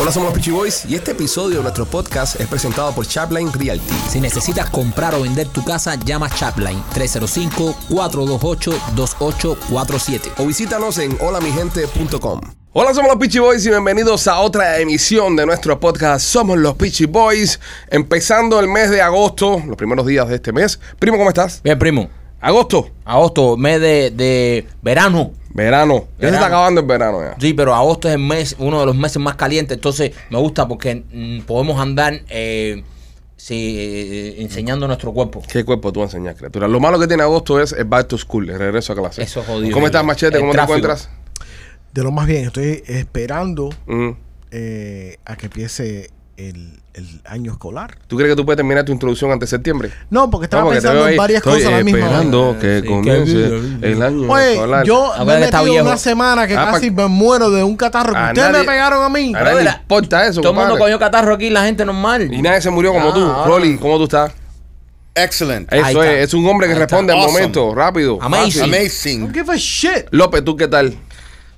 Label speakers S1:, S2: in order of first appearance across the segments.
S1: Hola, somos los Peachy Boys y este episodio de nuestro podcast es presentado por Chapline Realty.
S2: Si necesitas comprar o vender tu casa, llama Chapline 305-428-2847.
S1: O visítanos en holamigente.com. Hola, somos los Peachy Boys y bienvenidos a otra emisión de nuestro podcast Somos los Peachy Boys. Empezando el mes de agosto, los primeros días de este mes. Primo, ¿cómo estás?
S3: Bien, primo.
S1: Agosto,
S3: Agosto, mes de, de verano.
S1: verano. Ya se
S3: Verano.
S1: está acabando el verano ya.
S3: Sí, pero agosto es el mes, uno de los meses más calientes. Entonces me gusta porque mm, podemos andar eh, sí, eh, enseñando nuestro cuerpo.
S1: ¿Qué cuerpo tú enseñas, criatura? Lo malo que tiene agosto es el back to school, el regreso a clase.
S3: Eso es jodido.
S1: ¿Cómo estás, Machete?
S3: El
S1: ¿Cómo
S3: tráfico.
S1: te encuentras?
S4: De lo más bien, estoy esperando
S1: Mm.
S4: eh, a que empiece el, el año escolar.
S1: ¿Tú crees que tú puedes terminar tu introducción antes de septiembre?
S4: No, porque estaba
S1: No, porque te
S4: pensando
S1: veo
S4: en
S1: ahí.
S4: varias
S1: Estoy
S4: cosas a la misma vez.
S1: esperando
S3: vez.
S1: que
S3: Sí,
S1: comience
S3: que vive, vive.
S1: el año escolar.
S4: Oye, yo
S3: A ver,
S4: me he
S3: está
S4: metido
S3: viejo.
S4: una semana que
S1: Ah,
S4: casi
S1: pa-
S4: me muero de un catarro que
S1: A
S4: ustedes
S1: nadie-
S4: me pegaron a mí.
S1: A nadie le
S3: Brother,
S1: importa eso,
S3: Todo el mundo
S1: compadre.
S3: cogió catarro aquí, la gente normal.
S1: Y nadie se murió como
S3: Ah,
S1: tú.
S3: ahora.
S1: Rolly, ¿cómo tú estás?
S5: Excellent.
S1: Eso
S3: está.
S1: es, es un hombre que
S3: Ahí está.
S1: responde al
S5: Awesome.
S1: momento, rápido.
S3: Amazing.
S1: fácil.
S4: Don't
S5: Amazing.
S4: give a shit.
S1: López, ¿tú qué tal?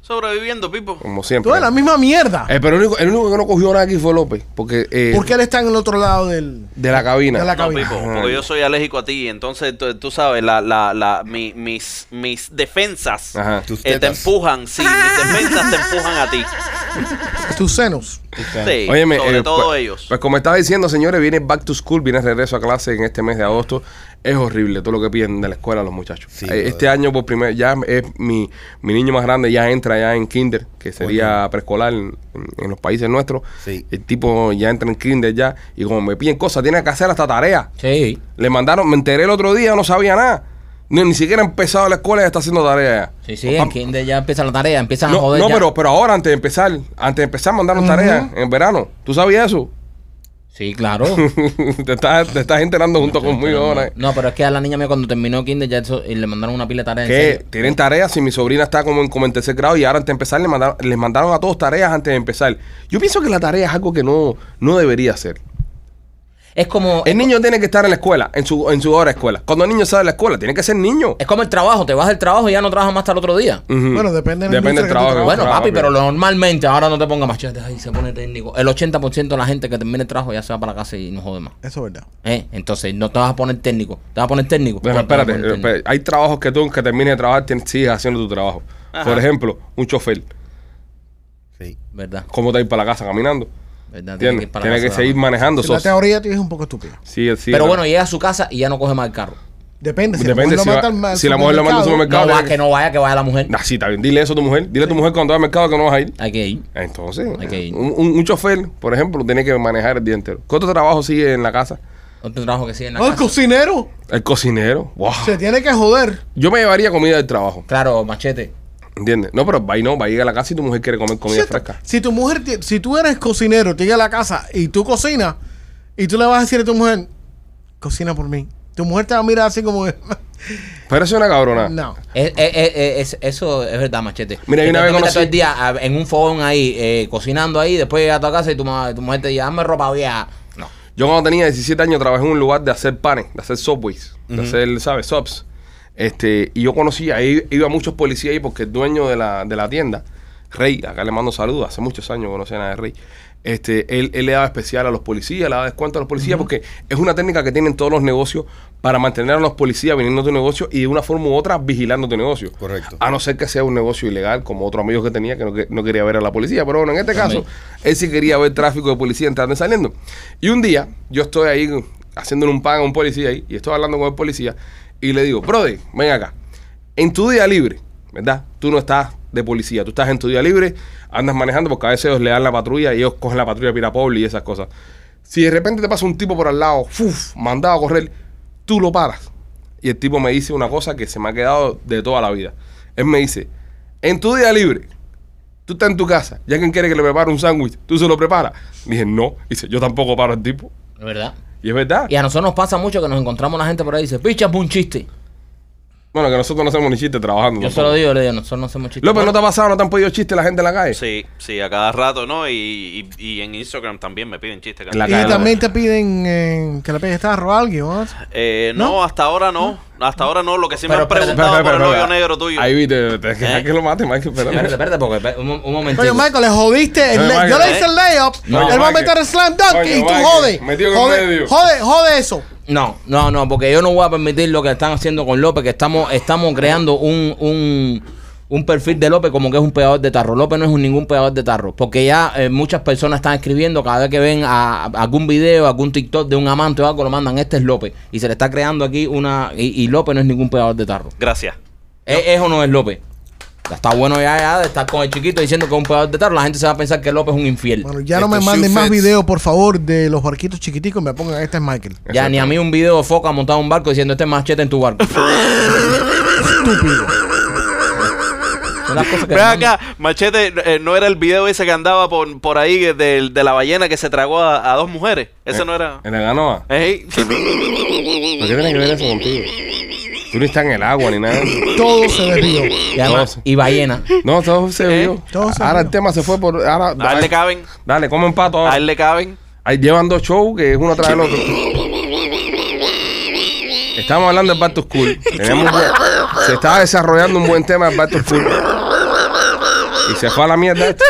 S6: Sobreviviendo, Pipo.
S1: Como siempre.
S4: Tú eres la misma mierda.
S1: Eh, pero el único, el único que no cogió nada aquí fue López, porque eh,
S4: ¿Por qué él está en el otro lado del,
S1: de la cabina.
S4: de la
S6: No,
S4: cabina?
S6: Pipo, porque yo soy alérgico a ti. Entonces, tú, tú sabes, la, la, la, mi- mis, mis defensas
S1: Ajá.
S5: Tus
S6: eh, te
S5: tetas.
S6: empujan. Sí, mis defensas te empujan a ti.
S4: Tus senos.
S6: Sí,
S1: Óyeme,
S6: sobre
S1: eh,
S6: todo
S1: pues-
S6: ellos.
S1: Pues como estaba diciendo, señores, viene back to school, viene regreso a clase en este mes de agosto. Es horrible todo lo que piden de la escuela los muchachos.
S5: Sí,
S1: Eh,
S5: brother.
S1: este año por primera ya es mi, mi niño más grande ya entra ya en kinder, que sería preescolar en, en- en los países nuestros.
S5: Sí.
S1: El tipo ya entra en kinder ya y como me piden cosas, tiene que hacer hasta tarea.
S3: Sí.
S1: Le mandaron, me enteré el otro día, no sabía nada. Ni, ni siquiera ha empezado la escuela y ya está haciendo tarea. ya.
S3: Sí, sí, en kinder ya empieza la tarea, empiezan a
S1: No,
S3: joder
S1: no
S3: ya.
S1: pero, pero ahora antes de empezar, antes de empezar mandaron tareas en verano. ¿Tú sabías eso?
S3: Sí, claro.
S1: te, estás, te estás enterando junto conmigo ahora.
S3: No, pero es que a la niña mía cuando terminó kinder ya eso- y le mandaron una pila de tareas. en
S1: Que
S3: serio.
S1: tienen tareas si mi sobrina está como en, como en tercer grado y ahora antes de empezar le mandaron, les mandaron a todos tareas antes de empezar. Yo pienso que la tarea es algo que no, no debería hacer.
S3: Es como...
S1: El niño tiene que estar en la escuela, en su, en su hora de escuela. Cuando el niño sale de la escuela, tiene que ser niño.
S3: Es como el trabajo, te vas del trabajo y ya no trabajas más hasta el otro día.
S1: Ujú.
S4: Bueno, depende de la
S1: Depende del
S4: industria que
S1: trabajo.
S4: tú
S1: que
S4: trabajes.
S3: Bueno,
S1: trabajes.
S3: papi, pero lo- normalmente, ahora no te pongas machete, ahí se pone técnico. El 80% de la gente que termina el trabajo ya se va para la casa y no jode más.
S4: Eso es verdad.
S3: ¿eh? Entonces, no te vas a poner técnico. Te vas a poner técnico.
S1: Pero
S3: Pues, te vas a
S1: espérate,
S3: poner técnico.
S1: espérate. hay trabajos que tú que termines de trabajar tienes, sigues haciendo tu trabajo.
S6: Ajá.
S1: Por ejemplo, un chofer,
S5: Sí.
S3: ¿Verdad?
S1: ¿cómo te ir para la casa caminando?
S3: ¿Verdad? Tiene
S1: ¿Entiendes?
S3: ir para
S1: Tienes
S3: la
S1: que
S3: casa,
S1: seguir
S3: ¿verdad?
S1: manejando.
S4: Si la
S1: sos-
S4: teoría tuya es un poco estúpida.
S1: Sigue, sigue.
S3: Pero bueno, llega a su casa y ya no coge más el carro.
S4: Depende.
S1: Depende
S4: la mujer
S1: si,
S4: lo
S1: va-
S4: manda al- al
S1: si la mujer lo manda al
S4: supermercado,
S1: supermercado.
S3: No, va,
S1: tiene-
S3: que no vaya, que vaya la mujer.
S1: Ah, sí, está bien. Dile eso a tu mujer. Dile a tu mujer cuando va al mercado que no vas a ir.
S3: Hay que ir.
S1: Entonces,
S3: Hay que ir.
S1: un, un- un chofer, por ejemplo, tiene que manejar el día entero. ¿Cuánto trabajo sigue en la casa?
S3: Otro trabajo que sigue en la
S4: No, Oh, el
S3: casa.
S4: cocinero
S1: El cocinero. Wow.
S4: se tiene que joder.
S1: Yo me llevaría comida del trabajo.
S3: Claro, machete.
S1: ¿Entiendes? No, pero va y no, va a ir a la casa y tu mujer quiere comer comida fresca.
S4: Si tu mujer, ti- si tú eres cocinero, te llega a la casa y tú cocinas y tú le vas a decir a tu mujer, cocina por mí. Tu mujer te va a mirar así como,
S1: Pero eso es una cabrona.
S4: no.
S3: Es- es- es- es- eso es verdad, machete.
S1: Mira, yo
S3: Que
S1: una
S3: te
S1: vez
S3: metas
S1: conocí-
S3: todo el día a- en un fogón ahí, eh, cocinando ahí, después llegas a tu casa y tu, ma- tu mujer te dice, dame ropa vieja. No.
S1: Yo cuando tenía 17 años trabajé en un lugar de hacer panes, de hacer subways, de hacer, ¿sabes? Subs. Este, y yo conocí, ahí iba muchos policías ahí porque el dueño de la, de la tienda, Rey, acá le mando saludos, hace muchos años conocí a de Rey. Este, él, él le daba especial a los policías, le daba descuento a los policías porque es una técnica que tienen todos los negocios para mantener a los policías viniendo a tu negocio y de una forma u otra vigilando tu negocio.
S5: Correcto.
S1: A no ser que sea un negocio ilegal, como otro amigo que tenía que no, que- no quería ver a la policía. Pero bueno, en este caso, él sí quería ver tráfico de policía entrando y saliendo. Y un día, yo estoy ahí haciéndole un pan a un policía ahí, y estoy hablando con el policía, y le digo, Brody, ven acá. En tu día libre, ¿verdad? Tú no estás de policía, tú estás en tu día libre, andas manejando porque a veces ellos le dan la patrulla y ellos cogen la patrulla de Pirapobli y esas cosas. Si de repente te pasa un tipo por al lado, ¡fuf! mandado a correr, tú lo paras. Y el tipo me dice una cosa que se me ha quedado de toda la vida. Él me dice, en tu día libre, tú estás en tu casa, ya quien quiere que le prepare un sándwich, tú se lo preparas. Dije, no. Dice, yo tampoco paro al tipo.
S3: Es verdad.
S1: Y es verdad.
S3: Y a nosotros nos pasa mucho que nos encontramos la gente por ahí y dice, picha, fue un chiste.
S1: Bueno, que nosotros no hacemos ni chiste trabajando.
S3: Yo se
S1: tampoco.
S3: lo digo, le digo, nosotros no hacemos chistes.
S1: López, ¿no te ha pasado? ¿No te han pedido chiste la gente en la calle?
S6: Sí, sí, a cada rato, ¿no? Y, y- y en Instagram también me piden chistes.
S1: La
S4: Y
S1: cara.
S4: también te piden eh, que le pegues tarro a alguien, ¿no?
S6: Eh, no, hasta ahora no. Hasta ahora no. Lo que sí me
S3: Pero,
S6: han
S3: pero,
S6: preguntado
S1: Espera, espera,
S6: por el
S1: espera,
S6: hoyo
S1: espera.
S6: negro tuyo.
S1: Ahí viste, te- que,
S6: ¿Eh?
S1: que lo mate, Mike, espérate.
S3: Espérate, espérate, porque un, un momentito.
S4: Oye, Michael, le jodiste. el
S1: Oye,
S4: le-
S1: Michael, eh.
S4: yo le hice el up.
S1: No,
S4: Él va a
S1: Michael.
S4: meter el slam dunk
S1: Coño,
S4: y tú
S1: Michael,
S4: jode.
S1: metido en el
S4: Jode,
S1: medio.
S4: jode, jode eso.
S3: No, no, no, porque yo no voy a permitir lo que están haciendo con López, que estamos, estamos creando un, un, un perfil de López como que es un pegador de tarro. López no es un- ningún pegador de tarro, porque ya eh, muchas personas están escribiendo cada vez que ven a- a algún video, algún TikTok de un amante o algo, lo mandan, este es López. Y se le está creando aquí una... Y, y López no es ningún pegador de tarro.
S6: Gracias.
S3: ¿Es, es o no es López? Ya Está bueno ya, ya de estar con el chiquito diciendo que es un pegador de tarro. La gente se va a pensar que López es un infiel.
S4: Bueno, ya no
S1: Este
S5: Estos
S4: me manden
S5: shoe
S4: más
S5: fits.
S4: videos, por favor, de los barquitos chiquiticos. Me pongan, este es Michael.
S3: Ya ni a mí un video de foca montado en un barco diciendo este es machete en tu barco.
S4: Estúpido.
S3: Son las cosas que
S6: Ve
S3: no-
S6: acá, Machete, eh, ¿no era el video ese que andaba por, por ahí de, de la ballena que se tragó a, a dos mujeres?
S1: Eh.
S6: Ese no era...
S1: ¿En la canoa?
S6: Ey.
S1: ¿Por qué tiene que ver eso contigo? Tú no estás en el agua ni nada.
S4: Todo se desvió.
S3: Y, además- y ballena.
S1: No, todo se vio.
S4: Todo se
S1: Ahora
S4: vio.
S1: el tema se fue por. Ahora,
S6: A él le caben,
S1: Dale, comen pato
S6: a
S1: ahora.
S6: él le caben.
S1: Ahí llevan dos shows que es uno tras el otro. Estamos hablando del Back to School. Tenemos un buen- se estaba desarrollando un buen tema del Back to School. Y se fue a la mierda. esto.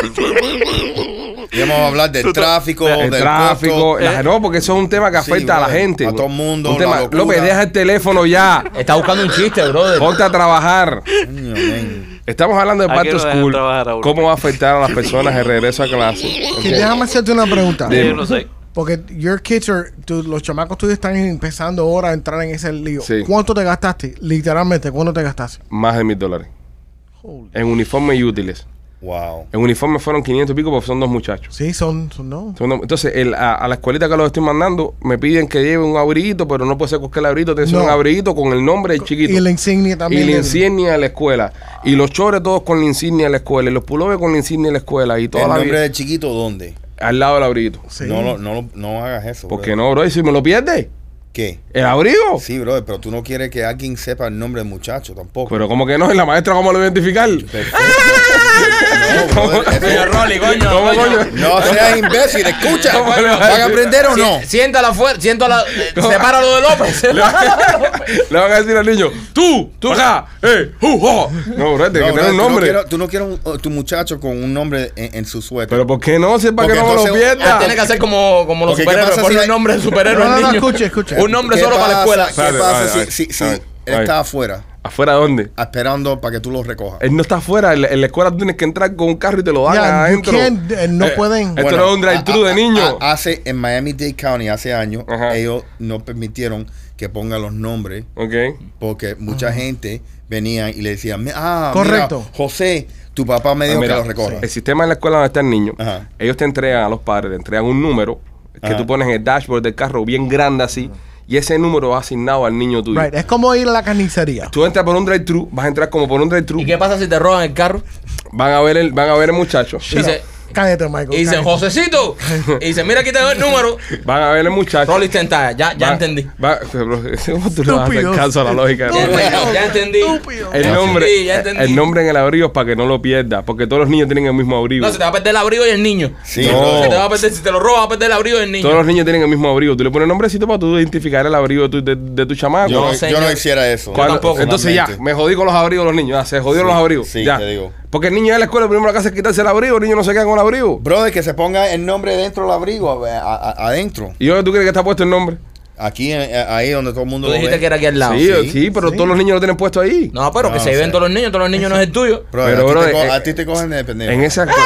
S5: Y vamos a hablar del tráfico,
S1: El
S5: del
S1: tráfico.
S5: costo.
S1: la- no, porque eso es un tema que
S5: Sí,
S1: afecta a la
S5: brother,
S1: gente.
S5: a todo el mundo,
S1: Un
S5: la
S1: tema.
S5: locura.
S1: López, deja el teléfono ya.
S3: Está buscando un chiste, brother.
S1: Ponte a trabajar.
S5: Coño, men.
S1: Estamos hablando de
S6: ¿A
S1: Back
S6: qué
S1: to
S6: no dejan
S1: School.
S6: trabajar, Raúl?
S1: ¿Cómo va a afectar a las personas el regreso a clase?
S4: Que
S1: Ok.
S4: déjame hacerte una pregunta.
S1: Dime.
S6: Yo no sé.
S4: Porque your kids are, tú- los chamacos tuyos están empezando ahora a entrar en ese lío.
S1: Sí.
S4: ¿Cuánto te gastaste? Literalmente, ¿cuánto te gastaste?
S1: Más de mil dólares.
S4: Holy.
S1: En uniforme y útiles.
S5: Wow.
S1: En uniforme fueron 500 y pico porque son dos muchachos.
S4: Sí, son, son no.
S1: Son dos- Entonces, el- a, a la escuelita que los estoy mandando, me piden que lleve un abriguito, pero no puede ser cualquier abriguito, tiene que ser
S4: No.
S1: un abriguito con el nombre del chiquito.
S4: Y la insignia también.
S1: Y la
S4: del-
S1: insignia de la escuela. Y los chores todos con la insignia de la escuela. Y los pulobes con la insignia de la escuela. Y toda
S5: ¿El
S1: la
S5: nombre
S1: vida-
S5: del chiquito dónde?
S1: al lado del abriguito.
S4: Sí.
S5: No, lo- no, lo- no hagas eso.
S1: ¿Por qué
S5: brother.
S1: no, Oh. bro? ¿Y si me lo pierde?
S5: ¿Qué?
S1: ¿El abrigo?
S5: Sí, brother, pero tú no quieres que alguien sepa el nombre del muchacho tampoco.
S1: Pero ¿cómo que no? ¿Y la maestra cómo lo va a identificar?
S5: Perfecto. No, brother, eso-
S3: Coño, Rolly, coño,
S1: ¿Cómo,
S3: coño.
S1: coño?
S5: No seas imbécil, escucha.
S1: ¿Cómo le vas a
S5: ¿Van a
S1: decir?
S5: aprender o no?
S3: Siéntala fuerte, siéntala. eh, Sepáralo de López.
S1: Le van a decir al niño, tú, tú acá, eh, ju, jo. No, bro, tiene que tener
S5: No, brother,
S1: un
S5: tú no
S1: nombre.
S5: quieres- Tú no quieres un- uh, tu muchacho con un nombre en, en su suéter.
S1: Pero ¿por qué no? Sepa que
S5: Porque
S1: no me lo
S5: entonces-
S1: pierda.
S5: Ah,
S3: Tiene que hacer como, como los
S5: Ok, ¿qué
S3: superhéroes.
S5: pasa si
S3: Ponle un
S5: hay-
S3: nombre de superhéroe
S4: No, no,
S3: al
S4: no,
S3: niño.
S4: escuche, escuche.
S3: Un nombre
S5: ¿Qué
S3: solo para la
S5: pasa-
S3: escuela.
S5: ¿Qué
S1: Espérate,
S5: pasa
S1: ay, ay,
S5: si, si, si
S1: ay,
S5: él
S1: ay.
S5: está afuera
S1: ¿Afuera dónde?
S5: esperando para que tú lo recojas?
S1: Él no está afuera. En la, en la escuela tú tienes que entrar con un carro y te lo dan
S4: Yeah, you
S1: adentro.
S4: can't, eh, no
S1: Eh,
S4: pueden.
S1: Esto
S5: Bueno,
S1: no es un drive-thru
S5: a-
S1: de
S5: a-
S1: niño.
S5: a- hace en Miami-Dade County hace años
S1: Ajá.
S5: ellos no permitieron que pongan los nombres
S1: ok.
S5: porque mucha gente venía y le decía, "Mi- ah,
S4: Correcto.
S5: mira, José, tu papá me
S1: Ah,
S5: dijo que
S1: mira,
S5: lo recoja.
S1: El sistema de la escuela donde está el niño,
S5: Ajá.
S1: ellos te entregan a los padres, te entregan un número que
S5: Ajá.
S1: tú pones en el dashboard del carro bien grande así, y ese número va asignado al niño tuyo.
S4: Right, Es como ir a la carnicería.
S1: Tú entras por un drive-thru, vas a entrar como por un drive-thru,
S3: ¿Y qué pasa si te roban el carro?
S1: van a ver el, van a ver el muchacho.
S3: Dice,
S4: Cállate, Michael.
S3: y dicen,
S4: cállate.
S3: Josecito. Y dicen, mira, aquí te doy el número.
S1: Van a ver el muchacho.
S3: Rolly tentaya, ya, ya
S1: Va-
S3: entendí.
S1: va- pero, ¿cómo tú le vas a hacer
S4: Estúpido.
S1: caso a la lógica? de
S4: Estúpido.
S1: Rolly?
S3: Ya entendí.
S4: Estúpido.
S1: El
S3: Ya
S1: nombre,
S3: entendí, ya entendí.
S1: el nombre en el abrigo es para que no lo pierdas, porque todos los niños tienen el mismo abrigo.
S3: No, se te va a perder el abrigo y el niño.
S5: Sí,
S1: No.
S5: brother.
S3: Se te va a perder, si te lo roban, va a perder el abrigo y el niño.
S1: todos los niños tienen el mismo abrigo. Tú le pones nombrecito para tú identificar el abrigo de tu, de, de tu chamaco.
S5: yo, no, yo
S3: señor.
S5: no hiciera eso.
S1: Cuando-
S3: tampoco.
S1: Entonces ya,
S5: Realmente.
S1: me jodí con los abrigos los niños. Ya, se jodieron
S5: Sí,
S1: los abrigos.
S5: sí,
S1: ya.
S5: te digo.
S1: Porque el niño de la escuela, primero lo que hace es quitarse el abrigo, el niño no se queda con el abrigo.
S5: Brother, que se ponga el nombre dentro del abrigo, a- a- a- adentro.
S1: ¿Y hoy tú crees que está puesto el nombre?
S5: Aquí, eh, ahí donde todo el mundo
S3: Tú
S5: lo
S3: dijiste
S5: ve.
S3: que era aquí al lado.
S1: sí, sí, pero todos los niños lo tienen puesto ahí.
S3: No, pero que
S5: Ah, No,
S3: se
S5: o
S3: lleven
S5: sea.
S3: todos los niños, todos los niños no es el tuyo.
S5: Brother,
S1: Pero,
S5: a, ti
S1: brother,
S5: te co-
S1: eh,
S5: a ti te cogen de pendejo.
S1: En esa escuela.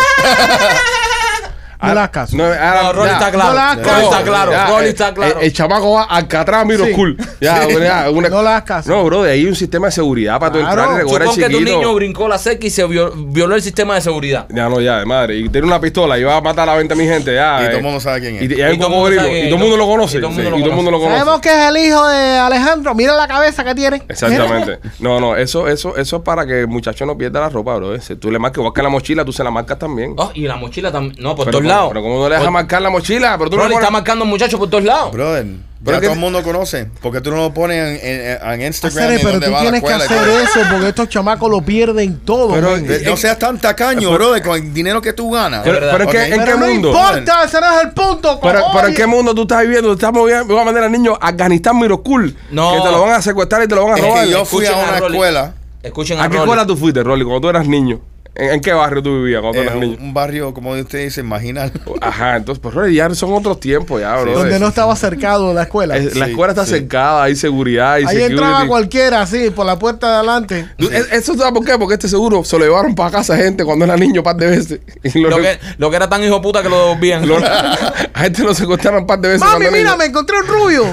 S4: No le hagas caso.
S1: ah, No, ahora-
S3: No, Rolly
S1: ya.
S3: está
S4: No la
S3: claro.
S4: hagas
S3: Rolly
S4: caso.
S3: está claro.
S1: Ya,
S3: Rolly
S1: eh,
S3: está claro.
S1: eh, El, chamaco va a Catrán Miro
S4: Sí.
S1: School. Ya, bueno, ya, una-
S4: No le hagas caso.
S1: No, bro, de ahí hay un sistema de seguridad para tú
S4: Claro.
S1: entrar y regular
S3: Supongo
S1: al
S3: que tu
S1: chiquito.
S3: niño brincó la cerca y se vio- violó el sistema de seguridad.
S1: Ya no, ya, de madre. Y tiene una pistola y va a matar a 20 mil gente. Ya,
S5: Y
S1: eh.
S5: todo el mundo sabe quién es.
S1: Y, y hay un
S3: Y todo el mundo
S1: cocodrilo.
S3: sabe quién es.
S1: Y todo el mundo lo conoce.
S3: Y todo el mundo lo
S1: Sí, y todo el mundo lo conoce.
S4: Sabemos que es el hijo de Alejandro. Mira la cabeza que tiene.
S1: Exactamente. No, no, eso, eso, eso es para que el muchacho no pierda la ropa, bro. Si tú le marcas igual que la mochila, tú se la marcas también.
S3: Oh, y la mochila también. No,
S1: pero,
S3: por todos
S1: como-
S3: lados.
S1: Pero como no le dejas
S3: Por-
S1: marcar la mochila, pero tú no
S3: Rolly
S1: le
S3: está
S1: pones-
S3: marcando muchachos por todos lados.
S5: Brother,
S1: Pero
S5: ya
S1: que-
S5: todo el mundo conoce. Porque tú no lo pones en, en- en Instagram.
S4: Hacer,
S5: y
S4: pero
S5: dónde
S4: tú
S5: va la
S4: tienes que
S5: escuela y todo.
S4: hacer eso porque estos chamacos lo pierden todo.
S1: Pero-
S4: man.
S5: De- No seas tan tacaño, brother, con el dinero que tú ganas.
S1: Pero, pero
S5: Ok.
S1: ¿en qué, en
S4: Pero
S1: qué
S4: no
S1: mundo?
S4: importa, ese no es el
S1: Pero,
S4: punto.
S1: pero ¿en
S4: cojones.
S1: qué mundo tú estás viviendo? Tú estás moviendo, voy a mandar al niño a Afganistán Mirocul.
S3: No.
S1: Que te lo van a secuestrar y te lo van a
S5: Es
S1: robar.
S5: que yo fui
S3: Escuchen
S5: a una
S3: Rolly.
S5: escuela.
S3: Escuchen a,
S1: ¿A qué
S3: Rolly.
S1: escuela tú fuiste, Rolly, cuando tú eras niño? ¿En, en qué barrio tú vivías cuando
S5: Eh,
S1: tú eras niño?
S5: un barrio, como usted dice, marginal.
S1: Ajá, entonces, pero ya son otros tiempos ya, bro.
S4: donde
S1: Es-
S4: no estaba cercado la escuela.
S1: es- la
S5: sí,
S1: escuela está
S5: sí.
S1: cercada, hay seguridad, hay
S4: Ahí
S1: security.
S4: entraba cualquiera, así, por la puerta de adelante.
S1: Tú- e- ¿Eso sabes por qué? Porque este seguro se lo llevaron para casa gente cuando era niño un par de veces. Y lo,
S3: Lo que, lo que era tan hijo puta que lo devolvían.
S1: lo- a este lo secuestraron un par de veces.
S4: Mami,
S1: cuando era
S4: mira,
S1: niño.
S4: me encontré un rubio.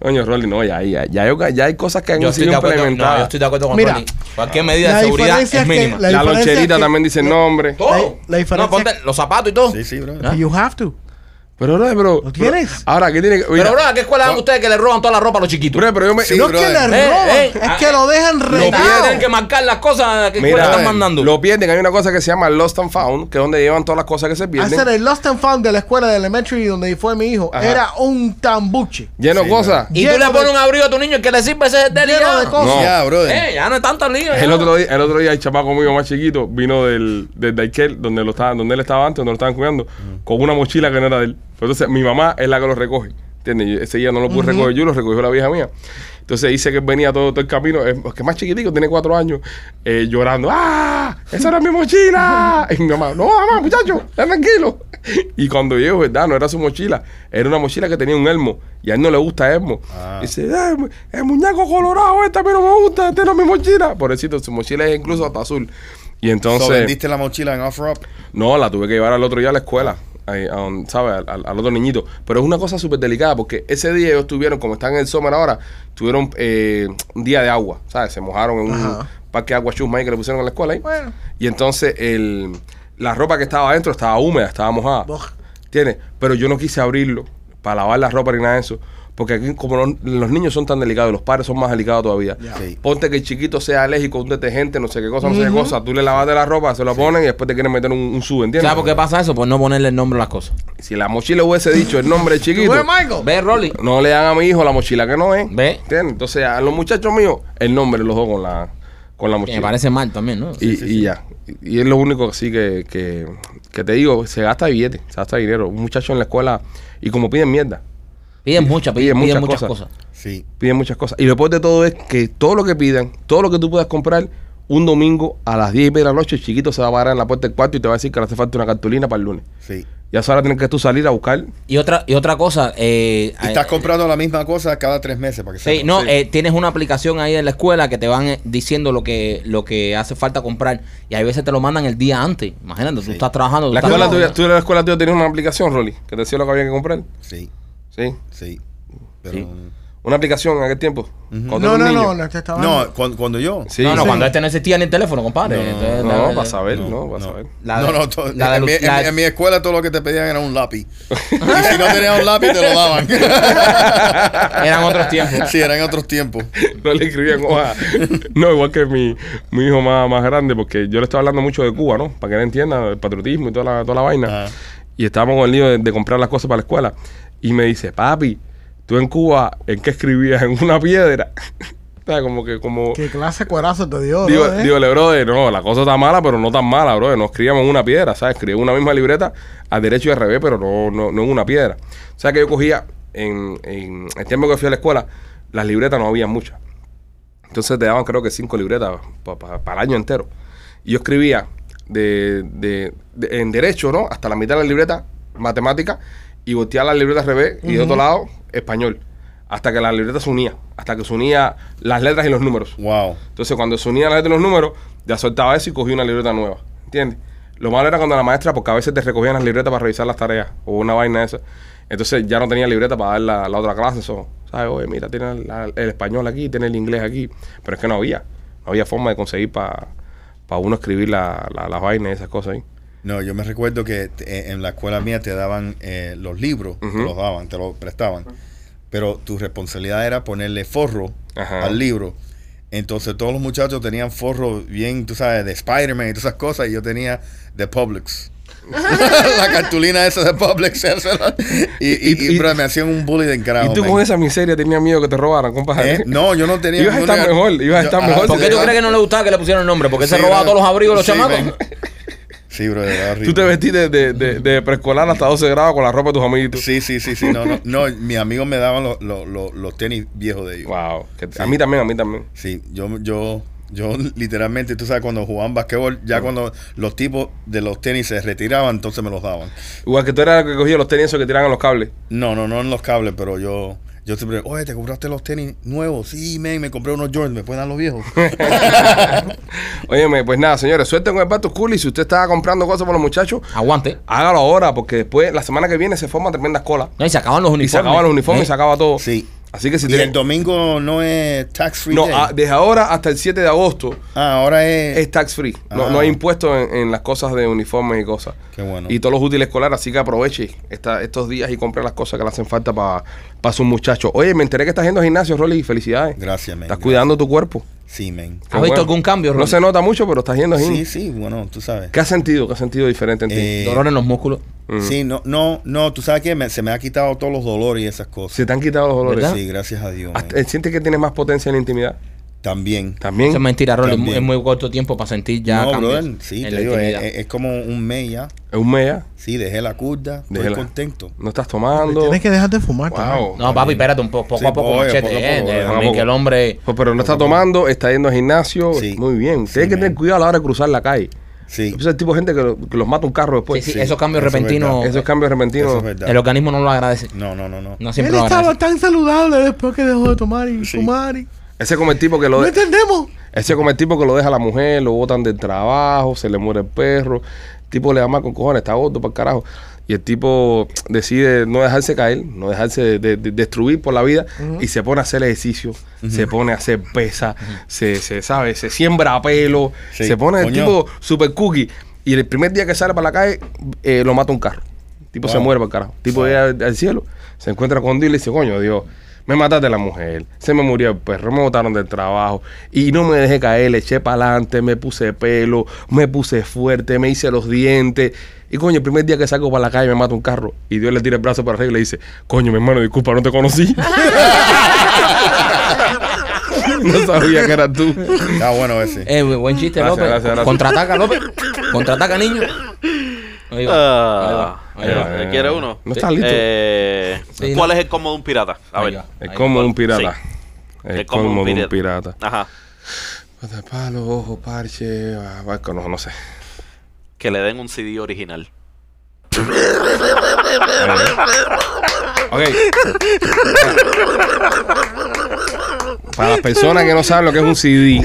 S1: Coño, Rolly, no, ya, ya, ya, hay- ya hay cosas que han
S3: yo, estoy
S1: sido
S3: de acuerdo, no, yo
S1: implementadas.
S3: estoy de acuerdo con
S4: Mira,
S3: Tony. Cualquier medida
S4: la
S3: de seguridad
S4: diferencia
S3: es
S4: es que
S3: mínima.
S4: la-
S1: la
S4: diferencia
S1: loncherita
S4: es que-
S1: también dice nombre.
S3: todo.
S4: la diferencia-
S3: No, ponte los zapatos y todo.
S5: Sí, sí, bro.
S3: Ah.
S4: You have to.
S1: Pero, bro, bro.
S4: ¿Lo tienes?
S1: Ahora, ¿qué tiene que.?
S3: Pero,
S1: Mira,
S3: bro, ¿a qué escuela van ustedes que le roban toda la ropa a los chiquitos?
S1: bro, pero yo me.
S5: Sí,
S4: no
S1: no,
S4: es que
S5: brother.
S4: le roban,
S3: Eh, eh,
S4: es
S3: ah,
S4: que lo dejan
S3: Los pies tienen
S4: retado. Ah,
S3: que marcar las cosas que escuela
S1: Mira, eh,
S3: están mandando.
S1: lo pierden. Hay una cosa que se llama Lost and Found, que es donde llevan todas las cosas que se pierden.
S4: Hacer el Lost and Found de la escuela de elementary donde fue mi hijo
S1: Ajá.
S4: era un tambuche.
S1: Lleno de
S5: Sí,
S1: cosas.
S3: y tú
S4: lleno
S3: le
S4: de-
S3: pones un abrigo a tu niño que le sirve ese es el deli
S4: Lleno
S3: ya.
S4: de cosas.
S1: Ah, No.
S5: Ya, brother.
S3: Eh, ya no es tanta liga.
S1: El otro día, el otro día el chapaco mío más chiquito vino del, del Daiquel, donde lo estaban, donde él estaba antes, donde lo estaban cuidando, con una mochila que no era de él. Pero entonces mi mamá es la que lo recoge. ¿Entiendes? Yo- Ese día no lo pude recoger yo, lo recogió la vieja mía. Entonces dice que él venía todo, todo el camino, eh, que más chiquitico, tiene cuatro años, eh, llorando. ¡Ah! ¡Esa era mi mochila! Y mi mamá, no, mamá, muchacho, está tranquilo. Y cuando llego, ¿verdad? No era su mochila, era una mochila que tenía un elmo. Y a él no le gusta elmo.
S5: Ah.
S1: Dice, "Ay, mu- el muñeco colorado, este a mí no me gusta, este no es mi mochila. Pobrecito, su mochila es incluso hasta azul. Y
S5: So,
S1: entonces,
S5: vendiste la mochila en off-rock.
S1: no, la tuve que llevar al otro día a la escuela, ahí, a un- ¿sabes? Al, al- al otro niñito. Pero es una cosa súper delicada porque ese día ellos tuvieron, como están en el summer ahora, tuvieron eh, un día de agua, ¿sabes? Se mojaron en un
S4: Ajá.
S1: parque de agua chusma ahí que le pusieron en la escuela ahí.
S4: Bueno.
S1: Y entonces el, la ropa que estaba adentro estaba húmeda, estaba mojada.
S4: Boj.
S1: ¿Entiendes? Pero yo no quise abrirlo para lavar la ropa ni nada de eso. Porque aquí, como los, los niños son tan delicados, los padres son más delicados todavía.
S5: Sí.
S1: Ponte que el chiquito sea alérgico a un detergente, no sé qué cosa, no sé qué cosa. Tú le lavaste la ropa, se lo ponen y después te quieren meter un, un sub, ¿entiendes?
S3: ¿Sabes por qué pasa eso? Por no ponerle el nombre a las cosas.
S1: Si la mochila hubiese dicho el nombre del chiquito,
S4: Fue Michael.
S3: Ve, Rolly.
S1: no le dan a mi hijo la mochila que no es.
S3: Ve.
S1: ¿Entiendes? Entonces, a los muchachos míos, el nombre los dos con la, con la
S3: Que
S1: mochila.
S3: Me parece mal también, ¿no?
S1: Y, y ya. Y es lo único así que, que, que te digo, se gasta billete, se gasta dinero. Un muchacho en la escuela, y como piden mierda,
S3: Piden muchas, piden,
S1: Piden
S3: piden
S1: muchas
S3: muchas,
S1: cosas.
S3: cosas.
S5: Sí.
S1: piden muchas cosas. Y lo peor de todo es que todo lo que pidan, todo lo que tú puedas comprar, un domingo a las 10 y media de la noche, el chiquito se va a parar en la puerta del cuarto y te va a decir que le hace falta una cartulina para el lunes.
S5: Sí.
S1: Y a esa hora tienes que tú salir a buscar.
S3: Y otra, y otra cosa, eh,
S5: Y estás
S3: eh,
S5: comprando la misma cosa cada tres meses para que
S3: Sí,
S5: sepas.
S3: no, eh, tienes una aplicación ahí de la escuela que te van eh, diciendo lo que lo que hace falta comprar y hay veces te lo mandan el día antes. Imagínate, tú estás trabajando. tú
S1: La
S3: estás-
S1: escuela
S3: No,
S1: tuya, tú en la escuela tuya tenías una aplicación, Rolly, que te decía lo que había que comprar.
S5: Sí,
S1: Sí.
S5: sí. Pero,
S1: Una aplicación en aquel tiempo. cuando era
S4: No, no,
S1: un
S4: no,
S1: niño.
S4: no, te estaba-
S5: No, cuando, cuando yo.
S1: Sí.
S3: no, no,
S1: sí.
S3: cuando este no existía ni el teléfono, compadre. Entonces, la-
S1: No,
S3: la-
S1: para saber,
S5: No,
S1: no, para
S5: no.
S1: saber.
S3: la-
S5: no, no, to-
S3: la de
S5: en, mi,
S3: luz-
S5: en
S3: la-
S5: mi- en mi escuela todo lo que te pedían era un lápiz. y si no tenías un lápiz, te lo daban.
S3: Eran otros tiempos.
S5: sí, eran otros tiempos.
S1: No le escribían hoja. No, igual que mi, mi hijo más, más grande, porque yo le estaba hablando mucho de Cuba, ¿no? Para que él entienda el patriotismo y toda la, toda la vaina.
S5: Ajá.
S1: Y estábamos con el lío de, de comprar las cosas para la escuela. Y me dice, papi, tú en Cuba, ¿en qué escribías? ¿En una piedra? o sea, como que, como...
S4: Qué clase de cuerazo te dio,
S1: Digo,
S4: ¿no, eh?
S1: digo, brother, no, la cosa está mala, pero no tan mala, brother. Nos escribíamos en una piedra, ¿sabes? Escribíamos una misma libreta al derecho y al revés, pero no, no, no en una piedra. O sea que yo cogía, en, en el tiempo que fui a la escuela, las libretas no había muchas. Entonces te daban, creo que cinco libretas pa- pa- para el año entero. Y yo escribía de, de- de- en derecho, ¿no? Hasta la mitad de la libreta, matemática, y volteaba la libreta al revés, y de otro lado, español. Hasta que la libreta se unía, hasta que se unía las letras y los números.
S5: Wow.
S1: Entonces, cuando se unían las letras y los números, ya soltaba eso y cogía una libreta nueva. ¿Entiendes? Lo malo era cuando la maestra, porque a veces te recogían las libretas para revisar las tareas o una vaina esa. Entonces ya no tenía libreta para dar la, la otra clase. Eso, ¿sabes? Oye, mira, tiene la- el español aquí, tiene el inglés aquí. Pero es que no había. No había forma de conseguir para uno escribir la- la- las vainas y esas cosas ahí.
S5: No, yo me recuerdo que te- eh, en la escuela mía te daban eh, los libros,
S1: Ujú.
S5: te los daban, te los prestaban. Pero tu responsabilidad era ponerle forro
S1: Ajá.
S5: al libro. Entonces todos los muchachos tenían forro bien, tú sabes, de Spider-Man y todas esas cosas. Y yo tenía de Publix. la cartulina esa de Publix. esa era- y, y,
S1: Y- y-
S5: y, bro, me hacían un bully de encarajo.
S1: y tú
S5: man.
S1: con esa miseria tenías miedo que te robaran, compadre.
S5: Eh, No, yo no tenía...
S1: Ibas a
S5: ninguna-
S1: estar mejor, ibas a
S5: Yo-
S1: estar
S5: ajá,
S1: mejor.
S3: ¿Por qué tú
S5: sí,
S3: crees que no le gustaba que le pusieran el nombre? Porque se
S5: sí,
S3: robaba
S5: bro.
S3: todos los abrigos de los
S5: Sí,
S3: chamacos.
S5: man. Sí, bro, era horrible.
S1: Tú te vestiste de, de- de preescolar hasta 12 grados con la ropa de tus amiguitos.
S5: Sí, sí, sí, sí. No, no, no mis amigos me daban los, los, los, los tenis viejos de ellos.
S1: Wow. que- A mí también, a mí también.
S5: Sí, yo, yo Yo literalmente, tú sabes, cuando jugaban basquetbol, ya cuando los tipos de los tenis se retiraban, entonces me los daban.
S1: Igual que tú eras el que cogía los tenis esos que tiraban a los cables.
S5: No, no, no en los cables, pero yo, yo siempre, oye, ¿te compraste los tenis nuevos? Sí, man, me compré unos Jordans, ¿me pueden dar los viejos?
S1: Óyeme, pues nada, señores, suelten con el pato cool y si usted está comprando cosas para los muchachos,
S3: Aguante.
S1: hágalo ahora porque después, la semana que viene, se forman tremendas colas.
S3: No, y se acaban los uniformes.
S1: Y se acaban los uniformes y
S3: Eh,
S1: se acaba todo.
S5: sí.
S1: Así que si
S5: y
S1: tiene-
S5: el domingo no es tax free.
S1: No, ah,
S5: day.
S1: a- desde ahora hasta el 7 de agosto
S5: ah, ahora es.
S1: es tax free. No,
S5: Ah.
S1: no hay impuestos en, en las cosas de uniformes y cosas.
S5: Qué bueno.
S1: Y todos los útiles escolares, así que aproveche esta- estos días y compre las cosas que le hacen falta para sus muchachos. Oye, me enteré que estás yendo al gimnasio, Rolly. Felicidades.
S5: Gracias, man.
S1: Estás cuidando tu cuerpo.
S5: Sí, man.
S1: Qué
S3: ¿Has visto algún cambio,
S1: No
S3: Rolly?
S1: se nota mucho, pero estás yendo al
S5: Sí,
S1: gimnasio.
S5: sí, bueno, tú sabes.
S1: ¿Qué has sentido? ¿Qué has sentido diferente en ti?
S5: Eh,
S3: Dolor en los músculos.
S5: Sí, no, no, no, tú sabes que me- se me ha quitado todos los dolores y esas cosas.
S1: Se te han quitado los dolores.
S5: Sí, eh. gracias a Dios.
S1: Hasta-
S5: man.
S1: ¿Sientes que tienes más potencia en la intimidad?
S5: También.
S1: También.
S3: Eso es mentira, Rolly.
S5: También.
S3: Es muy corto tiempo para sentir ya
S5: no,
S3: cambios
S5: brother, sí,
S3: en
S5: te
S3: la
S5: digo, eh, es,
S3: intimidad.
S5: es- es como un mes ya.
S1: Es un mes ya.
S5: Sí, dejé la curda,
S1: Dejé
S5: estoy
S1: la-
S5: contento.
S1: No estás tomando.
S4: Tienes que dejar de fumar. también.
S1: Wow.
S3: no, papi, espérate un poco, poco
S5: Sí,
S3: a poco,
S5: voy,
S3: machete,
S5: poco a
S3: eh,
S5: poco,
S3: de-
S5: poco a
S3: mí que
S1: poco.
S3: el hombre...
S1: Pues, pero no está tomando, está yendo al gimnasio.
S5: Sí.
S1: Muy bien. Tienes
S5: Sí,
S1: que tener
S5: man.
S1: cuidado a la hora de cruzar la calle.
S5: Sí,
S1: Ese es el tipo de gente que, lo- que los mata un carro después.
S3: sí, sí,
S5: Pues sí,
S3: esos cambios
S5: eso es
S3: repentinos,
S5: verdad.
S1: Esos cambios repentinos.
S5: eso es verdad.
S3: el organismo no lo agradece.
S5: No, no, no, no.
S3: No
S4: Él
S3: siempre lo agradece.
S4: estaba tan saludable después que dejó de tomar y
S5: Sí.
S4: fumar. Y...
S1: Ese como el tipo que lo
S4: No
S1: de-
S4: entendemos.
S1: ese como el tipo que lo deja a la mujer, lo botan del trabajo, se le muere el perro, el tipo le da mal con cojones, está gordo para carajo. Y el tipo decide no dejarse caer, no dejarse de- de- de destruir por la vida y se pone a hacer ejercicio, se pone a hacer pesa, se, se sabe, se siembra a pelo,
S5: Sí,
S1: se pone el
S5: coño.
S1: tipo super cookie. Y el primer día que sale para la calle, eh, lo mata un carro. El tipo se
S5: Wow.
S1: muere para el carajo. El tipo
S5: Wow.
S1: llega al, al cielo, se encuentra con Dios y le dice, coño, Dios, me mataste la mujer, se me murió el perro, me botaron del trabajo y no me dejé caer, le eché para adelante, me puse pelo, me puse fuerte, me hice los dientes. Y coño, el primer día que salgo para la calle me mata un carro y Dios le tira el brazo para arriba y le dice, coño, mi hermano, disculpa, no te conocí. no sabía que eras tú.
S5: Está bueno ese.
S3: Eh, bu- buen chiste,
S1: Gracias,
S3: López.
S1: gracias, gracias.
S3: Contraataca, López. Contraataca, niño. Ahí va, ahí
S6: Ah,
S3: va, ahí va.
S1: ahí va.
S6: ¿Quiere uno?
S1: No está listo.
S6: Eh,
S3: Sí,
S6: ¿Cuál
S3: no.
S6: es el cómodo de un pirata? A
S3: Ahí
S6: ver.
S3: va.
S1: Es
S3: Ahí
S1: como un pirata.
S6: Sí.
S1: Es
S6: Es como un
S1: como de un
S6: pirata.
S1: pirata.
S6: Ajá.
S1: Pata de palo, ojo, parche, va- va- no, no sé.
S6: Que le den un CD original.
S1: Ok. Para las personas que no saben lo que es un CD,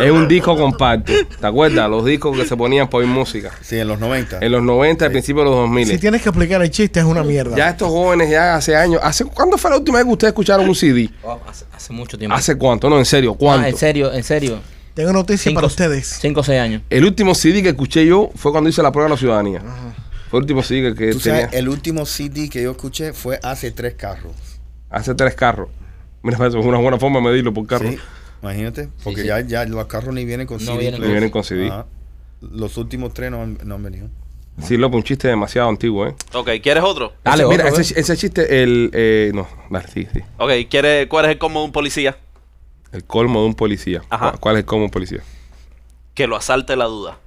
S1: es un disco compacto. ¿Te acuerdas? Los discos que se ponían para oír música.
S5: Sí, en los 90.
S1: En los 90, al principio de los 2000.
S4: Si tienes que explicar el chiste, es una mierda.
S1: Ya estos jóvenes, ya hace años. ¿hace, ¿Cuándo fue la última vez que ustedes escucharon un CD?
S3: Oh, hace, hace mucho tiempo.
S1: ¿Hace cuánto? No, en serio,
S3: Ah,
S1: ¿cuánto?
S3: en serio, en serio.
S4: Tengo noticias para ustedes.
S3: 5 o 6 años.
S1: El último CD que escuché yo fue cuando hice la prueba de la ciudadanía. Fue el último CD que, que
S5: Tú
S1: tenía.
S5: sabes, el último CD que yo escuché fue hace tres carros.
S1: Hace tres carros. Mira, eso es una buena forma de medirlo por carro.
S5: Sí, imagínate. Porque
S3: sí.
S5: Ya, ya los carros ni vienen con
S3: No
S5: CD.
S3: vienen
S5: players.
S1: Ni vienen con CD.
S5: Ajá. Los últimos tres no han, no han venido.
S1: Sí, López, un chiste demasiado antiguo, ¿eh?
S6: Ok, ¿quieres otro?
S3: Dale,
S1: Ese- mira,
S3: otro,
S1: ese, ese chiste, el. eh, no, dale, sí, sí.
S6: Ok, ¿quiere, ¿cuál es el cómodo de un policía?
S1: El colmo de un policía.
S6: Ajá.
S1: ¿Cuál- ¿Cuál es el colmo de un policía?
S6: Que lo asalte la duda.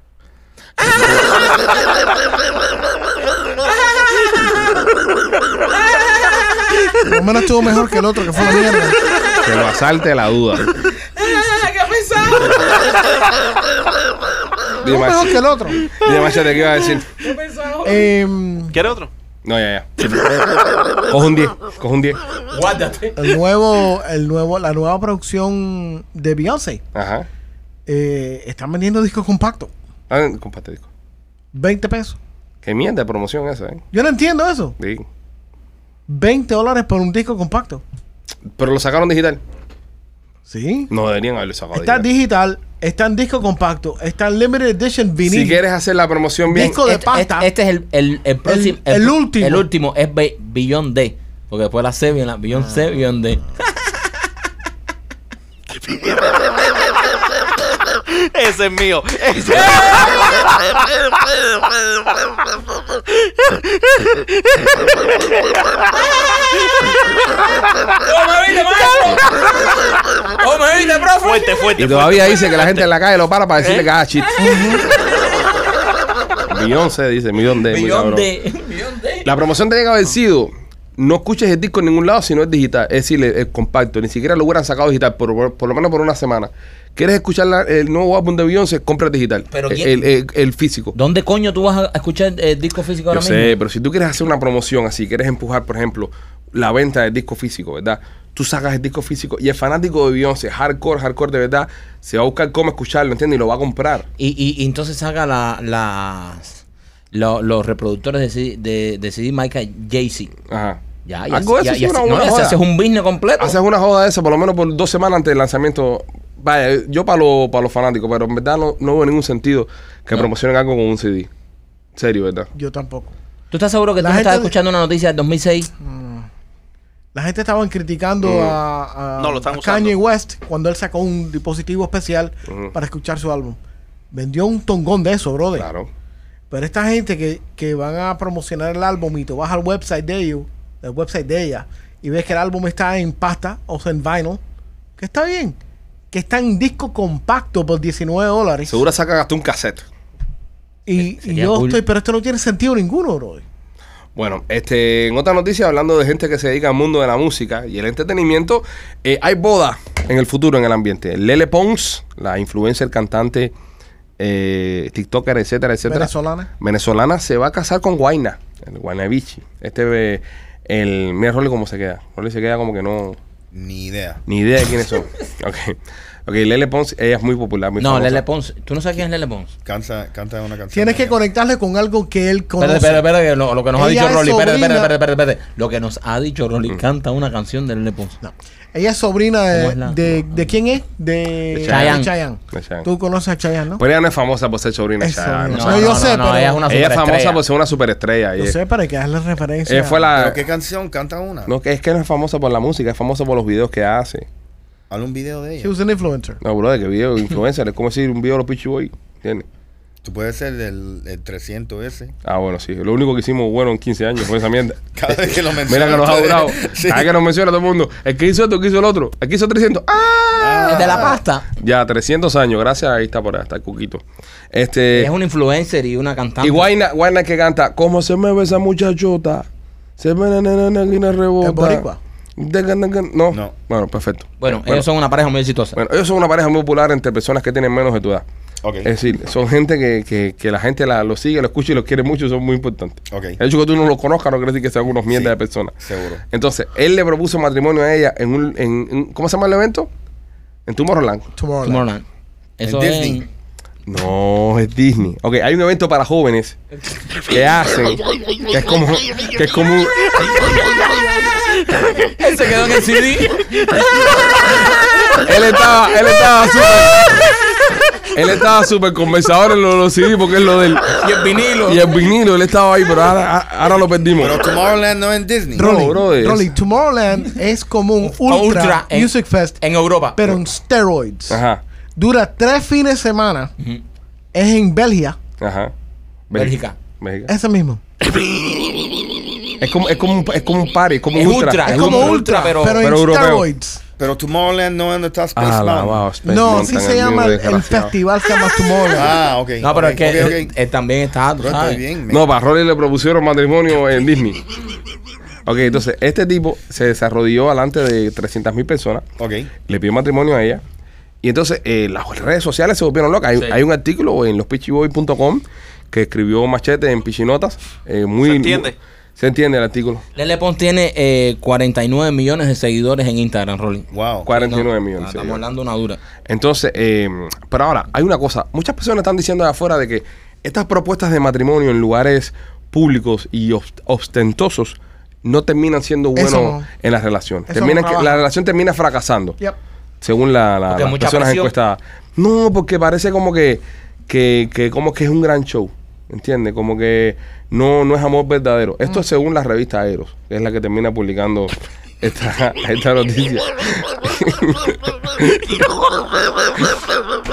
S4: Por lo menos estuvo mejor que el otro, que fue una mierda.
S1: Que lo asalte la duda. Dime,
S4: Estuvo mejor que el otro.
S1: dime, Machete, ¿qué iba a decir?
S4: Em,
S6: ¿Quiere otro?
S1: No, ya, ya. Coge un 10, coge un 10.
S3: Guárdate.
S4: el nuevo, el nuevo, la nueva producción de Beyoncé.
S1: Ajá.
S4: eh, están vendiendo discos compactos.
S1: Ah, comparte disco.
S4: 20 pesos.
S1: Qué mierda de promoción esa, ¿eh?
S4: Yo no entiendo eso.
S1: Sí.
S4: 20 dólares por un disco compacto.
S1: Pero lo sacaron digital.
S4: Sí.
S1: No deberían haberlo sacado
S4: Está
S1: digital.
S4: digital, está en disco compacto, está en limited edition vinil.
S1: Si quieres hacer la promoción bien.
S4: Disco de
S3: Este,
S4: pasta.
S3: este- este es el, el, el próximo.
S4: el último.
S3: El último es Be- Beyond D. Porque después la C viene la Beyond
S4: Ah.
S3: C, Beyond D.
S6: Ese es mío. Ese-
S3: ¡Oh, me viste, profe!
S6: Fuerte, fuerte.
S1: Y todavía dice que este- ¿Eh? la gente en la calle lo para para decirle que haga chiste. Beyoncé dice, millón de. muy
S3: Beyond
S1: cabrón.
S3: D. Beyond D.
S1: La promoción tenía que haber sido no escuches el disco en ningún lado si no es digital, es decir, el, el compacto, ni siquiera lo hubieran sacado digital, por, por, por lo menos por una semana. ¿Quieres escuchar la- el nuevo álbum de Beyoncé? Compra el digital,
S3: Pero
S1: el,
S3: ¿quién-
S1: el- el- el físico.
S3: ¿Dónde coño tú vas a escuchar el disco físico ahora
S1: Yo
S3: mismo?
S1: sé, pero si tú quieres hacer una promoción así, quieres empujar, por ejemplo, la venta del disco físico, ¿verdad? Tú sacas el disco físico y el fanático de Beyoncé, hardcore, hardcore de verdad, se va a buscar cómo escucharlo, ¿entiendes? Y lo va a comprar.
S3: Y, y, y entonces saca la, las- lo- los reproductores de CD, de, de CD marca Jay-Z.
S1: Ajá.
S3: Ya, y
S1: Algo
S3: así-
S1: de eso
S3: ya,
S1: sí,
S3: y así-
S1: una
S3: no,
S1: buena
S3: y así
S1: joda.
S3: haces un business completo.
S1: Haces una joda de esa, por lo menos por dos semanas antes del lanzamiento. Vaya, yo para los para los fanáticos, pero en verdad no, no veo ningún sentido que promocionen algo con un CD. Serio, ¿verdad?
S4: Yo tampoco.
S3: ¿Tú estás seguro que
S4: La
S3: tú no
S4: gente-
S3: estás escuchando una noticia del 2006?
S4: La gente estaban criticando a, a-
S6: Mm. No, lo están
S4: a
S6: usando.
S4: Kanye West cuando él sacó un dispositivo especial para escuchar su álbum. Vendió un tongón de eso, brother.
S1: Claro.
S4: Pero esta gente que, que van a promocionar el álbum y te vas al website de ellos, el website de ella, y ves que el álbum está en pasta, o sea, en vinyl, que está bien, que está en disco compacto por 19 dólares.
S1: Seguro sacan hasta un cassette.
S4: Y, y
S3: Sería
S4: yo
S3: cool.
S4: estoy, pero esto no tiene sentido ninguno, brother.
S1: Bueno, este, en otra noticia, hablando de gente que se dedica al mundo de la música y el entretenimiento, eh, hay boda en el futuro en el ambiente. Lele Pons, la influencer, cantante, eh, TikToker, etcétera, etcétera.
S4: Venezolana.
S1: Venezolana se va a casar con Guaina, el Guaynabichi. Este, eh, el, mira Rolly cómo se queda. Rolly se queda como que no,
S5: Ni idea.
S1: ni idea de quiénes son. ok. Ok, Lele Pons, ella es muy popular, muy
S3: No,
S1: famosa.
S3: Lele Pons. ¿Tú no sabes quién es Lele Pons?
S5: Canta, canta una canción.
S4: Tienes que conectarle con algo que él
S3: Espérate,
S4: conoce.
S3: espérate, espérate, que lo, lo que nos ha
S4: Ella
S3: dicho
S4: es
S3: Rolly. Espérate,
S4: sobrina-
S3: espérate, espérate, espérate, espérate. Lo que nos ha dicho Rolly.
S5: Mm.
S3: Canta una canción de Lele Pons.
S4: No. Ella es sobrina
S3: ¿Cómo
S4: de,
S3: es la-
S4: de, de quién es? De,
S1: De
S3: Chayanne.
S4: de Chayanne.
S1: De Chayanne. Pues,
S4: Tú conoces a Chayanne, ¿no?
S1: Pero ella no es famosa por ser sobrina.
S4: Eso,
S1: ya, no
S4: no,
S1: sé.
S4: yo sé, pero-
S3: ella es una
S1: Ella es famosa
S3: superestrella.
S1: por ser una superestrella.
S4: Yo
S1: ella-
S4: sé, pero hay que darle referencia.
S1: ella fue la...
S5: ¿Pero qué canción? Canta una.
S1: Ah. No, que es que no es famosa por la música, es famosa por los videos que hace.
S5: Haz un video de
S4: She
S5: ella.
S4: was an influencer.
S1: No, brother, que video influencer, es como decir un video de los Pichi Boy, ¿entiendes?
S5: Tú puedes ser del el 300 ese.
S1: Ah, bueno, sí, lo único que hicimos bueno en 15 años fue esa mierda.
S5: Cada vez que lo mencionas.
S1: Mira que nos ha
S5: tú-
S1: durado.
S5: Sí.
S1: Cada vez que nos menciona todo el mundo, el que hizo esto, el que hizo el otro, el que hizo 300. ¡Ah!
S5: Ah,
S3: Es de la pasta.
S1: Ya, 300 años, gracias, ahí está por ahí, está el cuquito. Este,
S3: Ella es una influencer y una cantante.
S1: y Guayna, Guayna que canta, ¿cómo se me ve esa muchachota? Se me na, na, na, na, na, rebota.
S4: Es boricua.
S1: De- na, na, no.
S5: No.
S1: Bueno, perfecto.
S3: Bueno, ellos son una pareja muy exitosa.
S1: Bueno, ellos son una pareja muy popular entre personas que tienen menos de tu edad.
S5: Ok.
S1: Es decir, son gente que, que- que la gente la, lo sigue, lo escucha y los quiere mucho, son muy importantes.
S5: Ok.
S1: El hecho que tú no los conozcas no quiere decir que sean unos mierda
S5: Sí,
S1: de personas.
S5: Seguro.
S1: Entonces, él le propuso matrimonio a ella en un... En, en- ¿Cómo se llama el evento? En Tomorrowland.
S4: Tomorrowland.
S3: Tomorrowland. Eso
S5: En
S3: es
S5: Disney.
S3: en-
S1: No, es Disney. Ok, hay un evento para jóvenes que hacen... Que es como... Que es como... un-
S3: Él se quedó en el CD.
S1: Él estaba, él estaba súper. Él estaba súper conversador en lo de los CD porque es lo del. Y el vinilo. Y el vinilo, él estaba ahí, pero ahora, ahora lo perdimos.
S5: Pero Tomorrowland no es en Disney.
S1: Ro-
S4: Rolly,
S1: No, brother.
S4: Rolly, Tomorrowland es como un ultra,
S3: Un ultra en-
S4: music fest,
S3: En Europa.
S4: pero en steroids.
S1: Ajá,
S4: Dura tres fines de semana. Es en Belgia.
S1: ajá.
S3: Bélgica.
S1: Bélgica.
S4: Ese mismo.
S1: Es como, es como, un- es como un party, es como un
S3: Es
S1: ultra.
S3: ultra,
S1: Ah, es
S3: es
S1: un-
S3: como ultra, pero-
S4: en
S1: pero europeo.
S4: steroids.
S5: Pero Tomorrowland no es donde está Space
S1: Ah, la
S5: Mountain.
S1: wow, Space
S4: No,
S1: Mountain,
S4: así se
S1: amigo,
S4: llama el, el
S1: desgraciado.
S4: festival que se llama Tomorrowland.
S5: Ah, ok.
S3: No, pero
S5: ok,
S3: es que
S5: ok, ok.
S3: él- él también está, tú
S5: Pero
S3: sabes.
S5: estoy bien, man.
S1: No, para Rolly le propusieron matrimonio en Disney. Ok, entonces este tipo se desarrolló delante de 300 mil personas.
S5: Ok.
S1: le pidió matrimonio a ella. Y entonces eh, las redes sociales se volvieron locas. Hay, hay un artículo en lospichiboy.com que escribió Machete en Pichinotas. eh, muy,
S6: Se entiende.
S1: muy- se entiende el artículo.
S3: Lele Pons tiene eh, 49 millones de seguidores en Instagram, Rolly.
S5: Wow.
S1: 49
S3: No, Ah,
S1: millones. sí.
S3: Estamos hablando una dura.
S1: Entonces, eh, pero ahora, hay una cosa. Muchas personas están diciendo de afuera de que estas propuestas de matrimonio en lugares públicos y obs- ostentosos no terminan siendo buenos
S4: Eso no.
S1: en las relaciones.
S4: Eso
S1: Terminan
S4: no
S1: que- la
S4: trabaja.
S1: relación termina fracasando.
S4: Yep.
S1: según la, la-
S3: Porque
S1: las
S3: mucha
S1: personas
S3: presión.
S1: encuestadas. No, porque parece como que, que, que como que es un gran show. ¿Entiendes? Como que no, no es amor verdadero. Esto es según la revista Eros, que es la que termina publicando esta, esta noticia.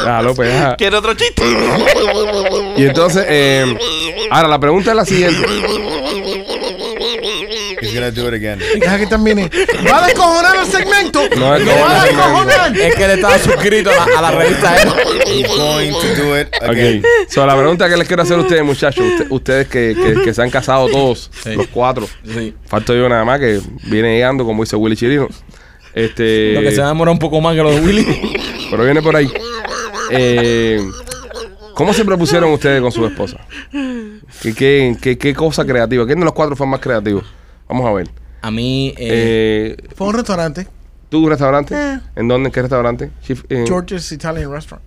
S1: Ah, López, ah.
S6: ¿Quiere otro chiste?
S1: Y entonces, eh, ahora la pregunta es la siguiente.
S5: ¿Y si He's gonna do it again.
S4: Deja que termine. Va a descojonar el segmento.
S1: No, es
S4: Lo
S1: que
S4: va a
S1: no, no, no.
S4: descojonar.
S3: Es que él estaba suscrito a la, a la revista. esa.
S5: He's going to do it again.
S1: Ok. So, la pregunta que les quiero hacer a ustedes, muchachos, usted- ustedes que, que- que se han casado todos, los cuatro.
S3: Sí.
S1: Falto yo nada más que viene llegando, como dice Willy Chirino. Este,
S3: Lo que se va a demorar un poco más que lo de Willy.
S1: Pero viene por ahí. Eh, ¿Cómo se propusieron ustedes con su esposa? ¿Qué, qué, qué, qué cosa creativa? ¿Quién de los cuatro fue más creativo? Vamos a ver.
S3: A mí, eh,
S1: Eh,
S4: Fue a un restaurante.
S1: ¿Tu restaurante?
S4: Eh.
S1: ¿En dónde? ¿En qué restaurante? Chief- eh,
S4: George's Italian Restaurant.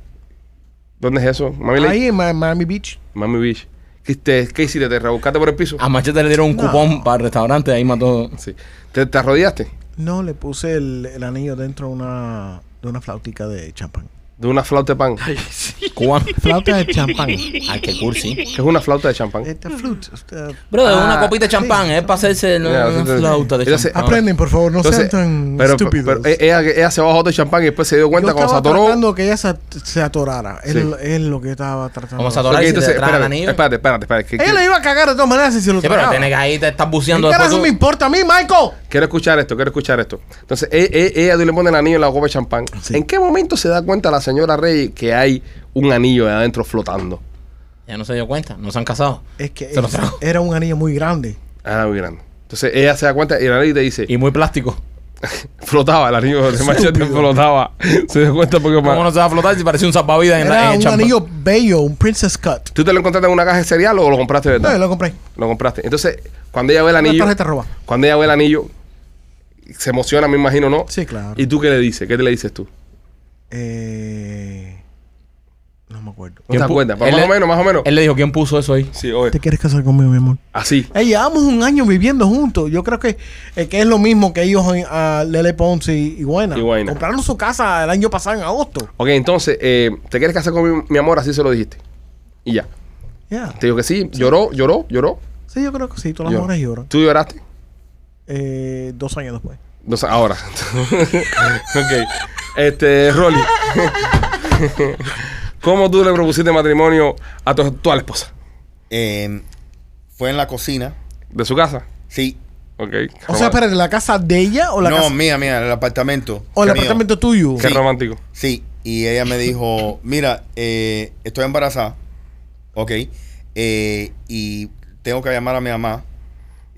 S1: ¿Dónde es eso? Mami Lake?
S4: Ahí en Mi- Miami Beach.
S1: Mami Beach. ¿Qué, te- qué hiciste? ¿Te rebuscaste por el piso?
S3: a Machete le dieron un cupón para el restaurante, ahí mató.
S1: Sí. ¿Te, te arrodillaste?
S4: No, le puse el, el anillo dentro de una, de una flautica de champán.
S1: De una flauta de pan. Que
S3: Cubano.
S4: Flauta de champán.
S3: Ay, qué cursi.
S1: es una flauta de champán.
S4: Esta flute. esta-
S3: Bro, es
S1: Ah,
S3: una copita de champán, eh. es para hacerse la-
S1: Ya,
S3: una
S1: entonces-
S3: flauta de
S1: entonces-
S3: champán.
S4: Ah, Aprenden, por favor, no sean tan
S1: pero,
S4: estúpidos.
S1: pero eh, ella, ella se bajó de champán y después se dio cuenta
S4: yo
S1: cuando se
S4: estaba
S1: atoró.
S4: tratando que ella se, se atorara. Es,
S1: Sí.
S4: lo- es lo que estaba tratando.
S3: Vamos a
S1: Ok,
S3: atorar y se
S1: entonces,
S3: te trae el
S1: espérate,
S3: anillo.
S1: espérate, espérate, espérate, que-
S4: Ella le
S1: que-
S4: iba a cagar de todas maneras si se lo
S3: Sí, pero
S4: tragaba.
S3: tienes que ahí te estás buceando
S4: ¿Qué carajo
S3: tú.
S4: me importa a mí, Michael?
S1: quiero escuchar esto, quiero escuchar esto. Entonces, e- e- ella, tú le pone el anillo en la copa de champán.
S4: Sí.
S1: ¿En qué momento se da cuenta la señora Rey que hay un anillo de adentro flotando?
S3: Ya no se dio cuenta, no se han casado.
S4: Es que
S3: Se lo trajo.
S4: era un anillo muy grande.
S1: Ah, muy grande. Entonces ella se da cuenta y el anillo te dice,
S3: Y muy plástico.
S1: flotaba, el anillo de machete flotaba. Se dio cuenta porque
S3: ¿Cómo no se va a flotar si parecía un salvavidas en, la,
S4: Era
S3: en el
S4: un
S3: champán?
S4: anillo bello, un princess cut.
S1: ¿Tú te lo encontraste en una caja de cereal o lo compraste de
S4: No, yo
S1: verdad?
S4: lo compré.
S1: Lo compraste. Entonces, cuando ella ve el
S4: Una
S1: anillo,
S4: tarjeta roba.
S1: cuando ella ve el anillo, se emociona, me imagino, ¿no?
S4: Sí, claro.
S1: ¿Y tú qué le dices? ¿Qué te le dices tú?
S4: Eh, no me acuerdo.
S1: No te
S3: ¿Quién pu-
S1: acuerdas, pero
S3: él
S1: más o
S3: le-
S1: menos, más o menos.
S3: Él le dijo, ¿quién puso eso ahí?
S1: Sí, oye,
S4: ¿Te quieres casar conmigo, mi amor?
S1: así.
S4: Eh, llevamos un año viviendo juntos. Yo creo que, eh, que es lo mismo que ellos eh, a Lele Ponce y, y Buena.
S1: Y Guayna.
S4: Compraron su casa el año pasado en agosto.
S1: Ok, entonces, eh, ¿te quieres casar con mi, mi amor? Así se lo dijiste. Y ya.
S4: Ya.
S1: Te digo que sí, lloró, lloró, lloró.
S4: Sí, yo creo que sí. Todas las
S1: Lloró.
S4: mujeres lloran.
S1: ¿Tú lloraste?
S4: Eh, dos años después.
S1: No sé, ahora. ok. Este, Rolly. ¿Cómo tú le propusiste matrimonio a tu actual esposa?
S5: Eh, fue en la cocina.
S1: ¿De su casa?
S5: Sí.
S1: Ok.
S4: O sea, espérate, ¿la casa de ella o la
S5: no,
S4: casa-
S5: mía, mía, el apartamento.
S4: o el
S5: mío.
S4: apartamento tuyo?
S1: Qué
S5: Sí.
S1: romántico.
S5: Sí, y ella me dijo, mira, eh, estoy embarazada, ok, eh, y tengo que llamar a mi mamá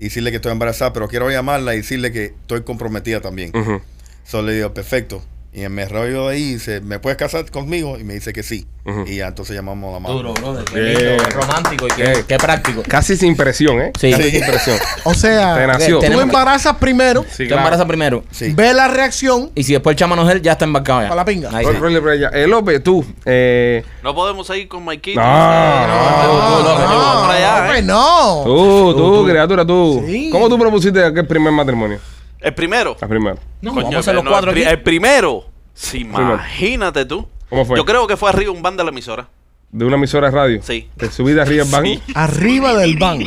S5: y decirle que estoy embarazada, pero quiero llamarla y decirle que estoy comprometida también.
S1: Ujú,
S5: Solo le digo, perfecto. Y me rollo de ahí y dice, ¿me puedes casar conmigo? Y me dice que sí.
S1: Ujú.
S5: Y ya entonces llamamos a la mamá.
S3: Duro, brother. Qué
S1: Bien.
S3: lindo, qué romántico y qué,
S1: Bien.
S3: qué práctico.
S1: Casi sin presión, ¿eh?
S3: Sí.
S1: Casi
S5: Sí.
S1: sin presión.
S4: O
S1: Te
S4: sea,
S1: nació.
S4: tú
S3: Tenemos-
S4: embarazas primero,
S1: Sí,
S3: Te embarazas primero.
S5: Sí.
S4: ve la reacción.
S3: Y si después el chamano es él, ya está embarcado ya.
S4: Pa' la pinga.
S3: Ahí sí.
S1: Rolly, Rolly, Rolly. Eh, López, tú. Eh,
S6: No podemos seguir con Maikito.
S1: No,
S3: Ah, no, no,
S6: no,
S4: Ah, no,
S6: para allá,
S4: hombre,
S6: eh.
S4: no.
S1: Oh, tú, tú, criatura, tú.
S4: Sí.
S1: ¿Cómo tú propusiste aquel primer matrimonio?
S6: El primero.
S1: La primera.
S3: No,
S6: Coño,
S3: vamos a hacer los
S6: no, eh,
S3: cuatro
S6: el, pri-
S3: aquí.
S6: el primero. Sí,
S1: Primero.
S6: imagínate tú.
S1: ¿Cómo fue?
S6: Yo creo que fue arriba un ban de la emisora.
S1: De una emisora de radio.
S6: Sí.
S1: Te subiste arriba al banco.
S4: Arriba del van.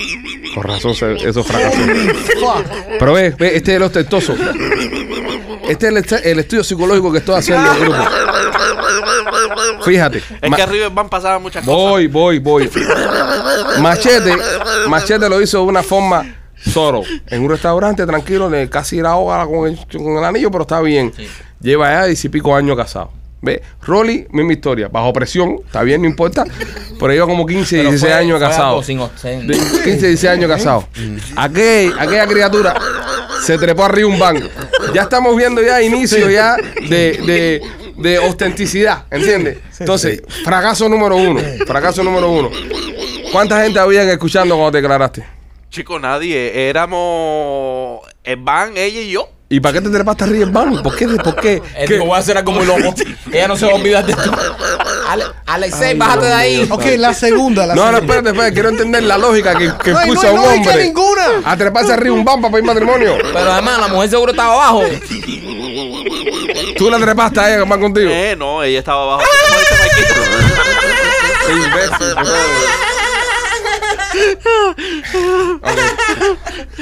S1: Con razón, se- eso fracasó.
S4: Fuck.
S1: Pero ve, ve, este es el ostentoso. Este es el, est- el estudio psicológico que estoy haciendo el grupo. Fíjate.
S6: Es
S1: ma-
S6: que arriba el ban pasaba muchas cosas.
S1: voy, voy, voy. Machete, Machete lo hizo de una forma solo. En un restaurante tranquilo, le casi era ahogada con el, con el anillo, pero está bien. Lleva ya 10 y pico años casado. ¿Ve? Rolly, misma historia. Bajo presión, está bien, no importa. Pero lleva como 15,
S3: Pero
S1: 16
S3: fue-
S1: años
S3: fue
S1: casado.
S3: algo sin obscen-
S1: De 15, 16 años casado. Aquel- aquella criatura se trepó arriba un banco. Ya estamos viendo ya inicio ya de, de, de ostenticidad, ¿entiendes? Entonces, fracaso número uno. Fracaso número uno. ¿Cuánta gente habían escuchando cuando te declaraste?
S6: Chico, nadie. Éramos el ban, ella y yo.
S1: ¿Y para qué te trepaste arriba el banco? ¿Por qué? ¿Por qué?
S3: Él
S1: ¿Qué?
S3: dijo, Eh, voy a hacer algo muy loco. Ella no se va a olvidar de esto. Ale, Alexei, bájate de ahí.
S4: Ok, la segunda. La
S1: No, no,
S4: segunda.
S1: espérate, espérate. Quiero entender la lógica que, que
S4: No, y no
S1: puso
S4: hay
S1: a un
S4: lógica
S1: hombre. Ah,
S4: ninguna.
S1: A treparse arriba un banco para pedir matrimonio.
S3: Pero además, la mujer seguro estaba abajo.
S1: Tú la trepaste a ella que va contigo.
S6: Eh, no, ella estaba abajo. ¿Cómo dice Maikito?
S1: Qué imbécil, pues. brother. Ok.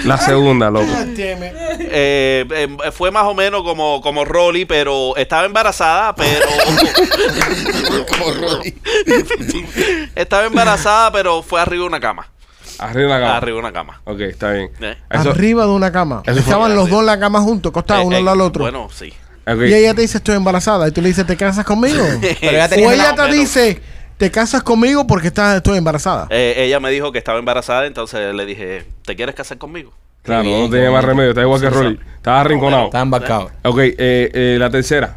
S1: La segunda, loco.
S6: Eh, eh, fue más o menos como, como Rolly, pero estaba embarazada, pero. estaba embarazada, pero fue arriba de una cama.
S1: Arriba de la cama.
S6: arriba de una cama.
S1: Ok, está bien.
S6: Eh.
S1: Eso-
S4: Arriba de una cama.
S1: eso fue-
S4: Estaban los dos en la cama juntos, costados
S6: Eh,
S4: uno
S6: eh,
S4: al lado del otro.
S6: Bueno, sí.
S1: ok.
S4: Y ella te dice, estoy embarazada. Y tú le dices, ¿te casas conmigo?
S3: Pero ya
S4: o
S3: tenías
S4: ella
S6: la-
S4: te
S6: pero-
S4: dice, ¿te casas conmigo porque estás, estoy embarazada?
S6: Eh, ella me dijo que estaba embarazada, entonces le dije, ¿te quieres casar conmigo?
S1: Claro,
S3: Qué
S1: no
S3: bien,
S1: tenía
S3: qué
S1: más
S3: bonito.
S1: remedio. Está igual que
S6: Sí,
S1: Rolly.
S6: exacto.
S1: Estaba arrinconado.
S3: Está embarcado.
S1: Ok, eh, eh, la tercera.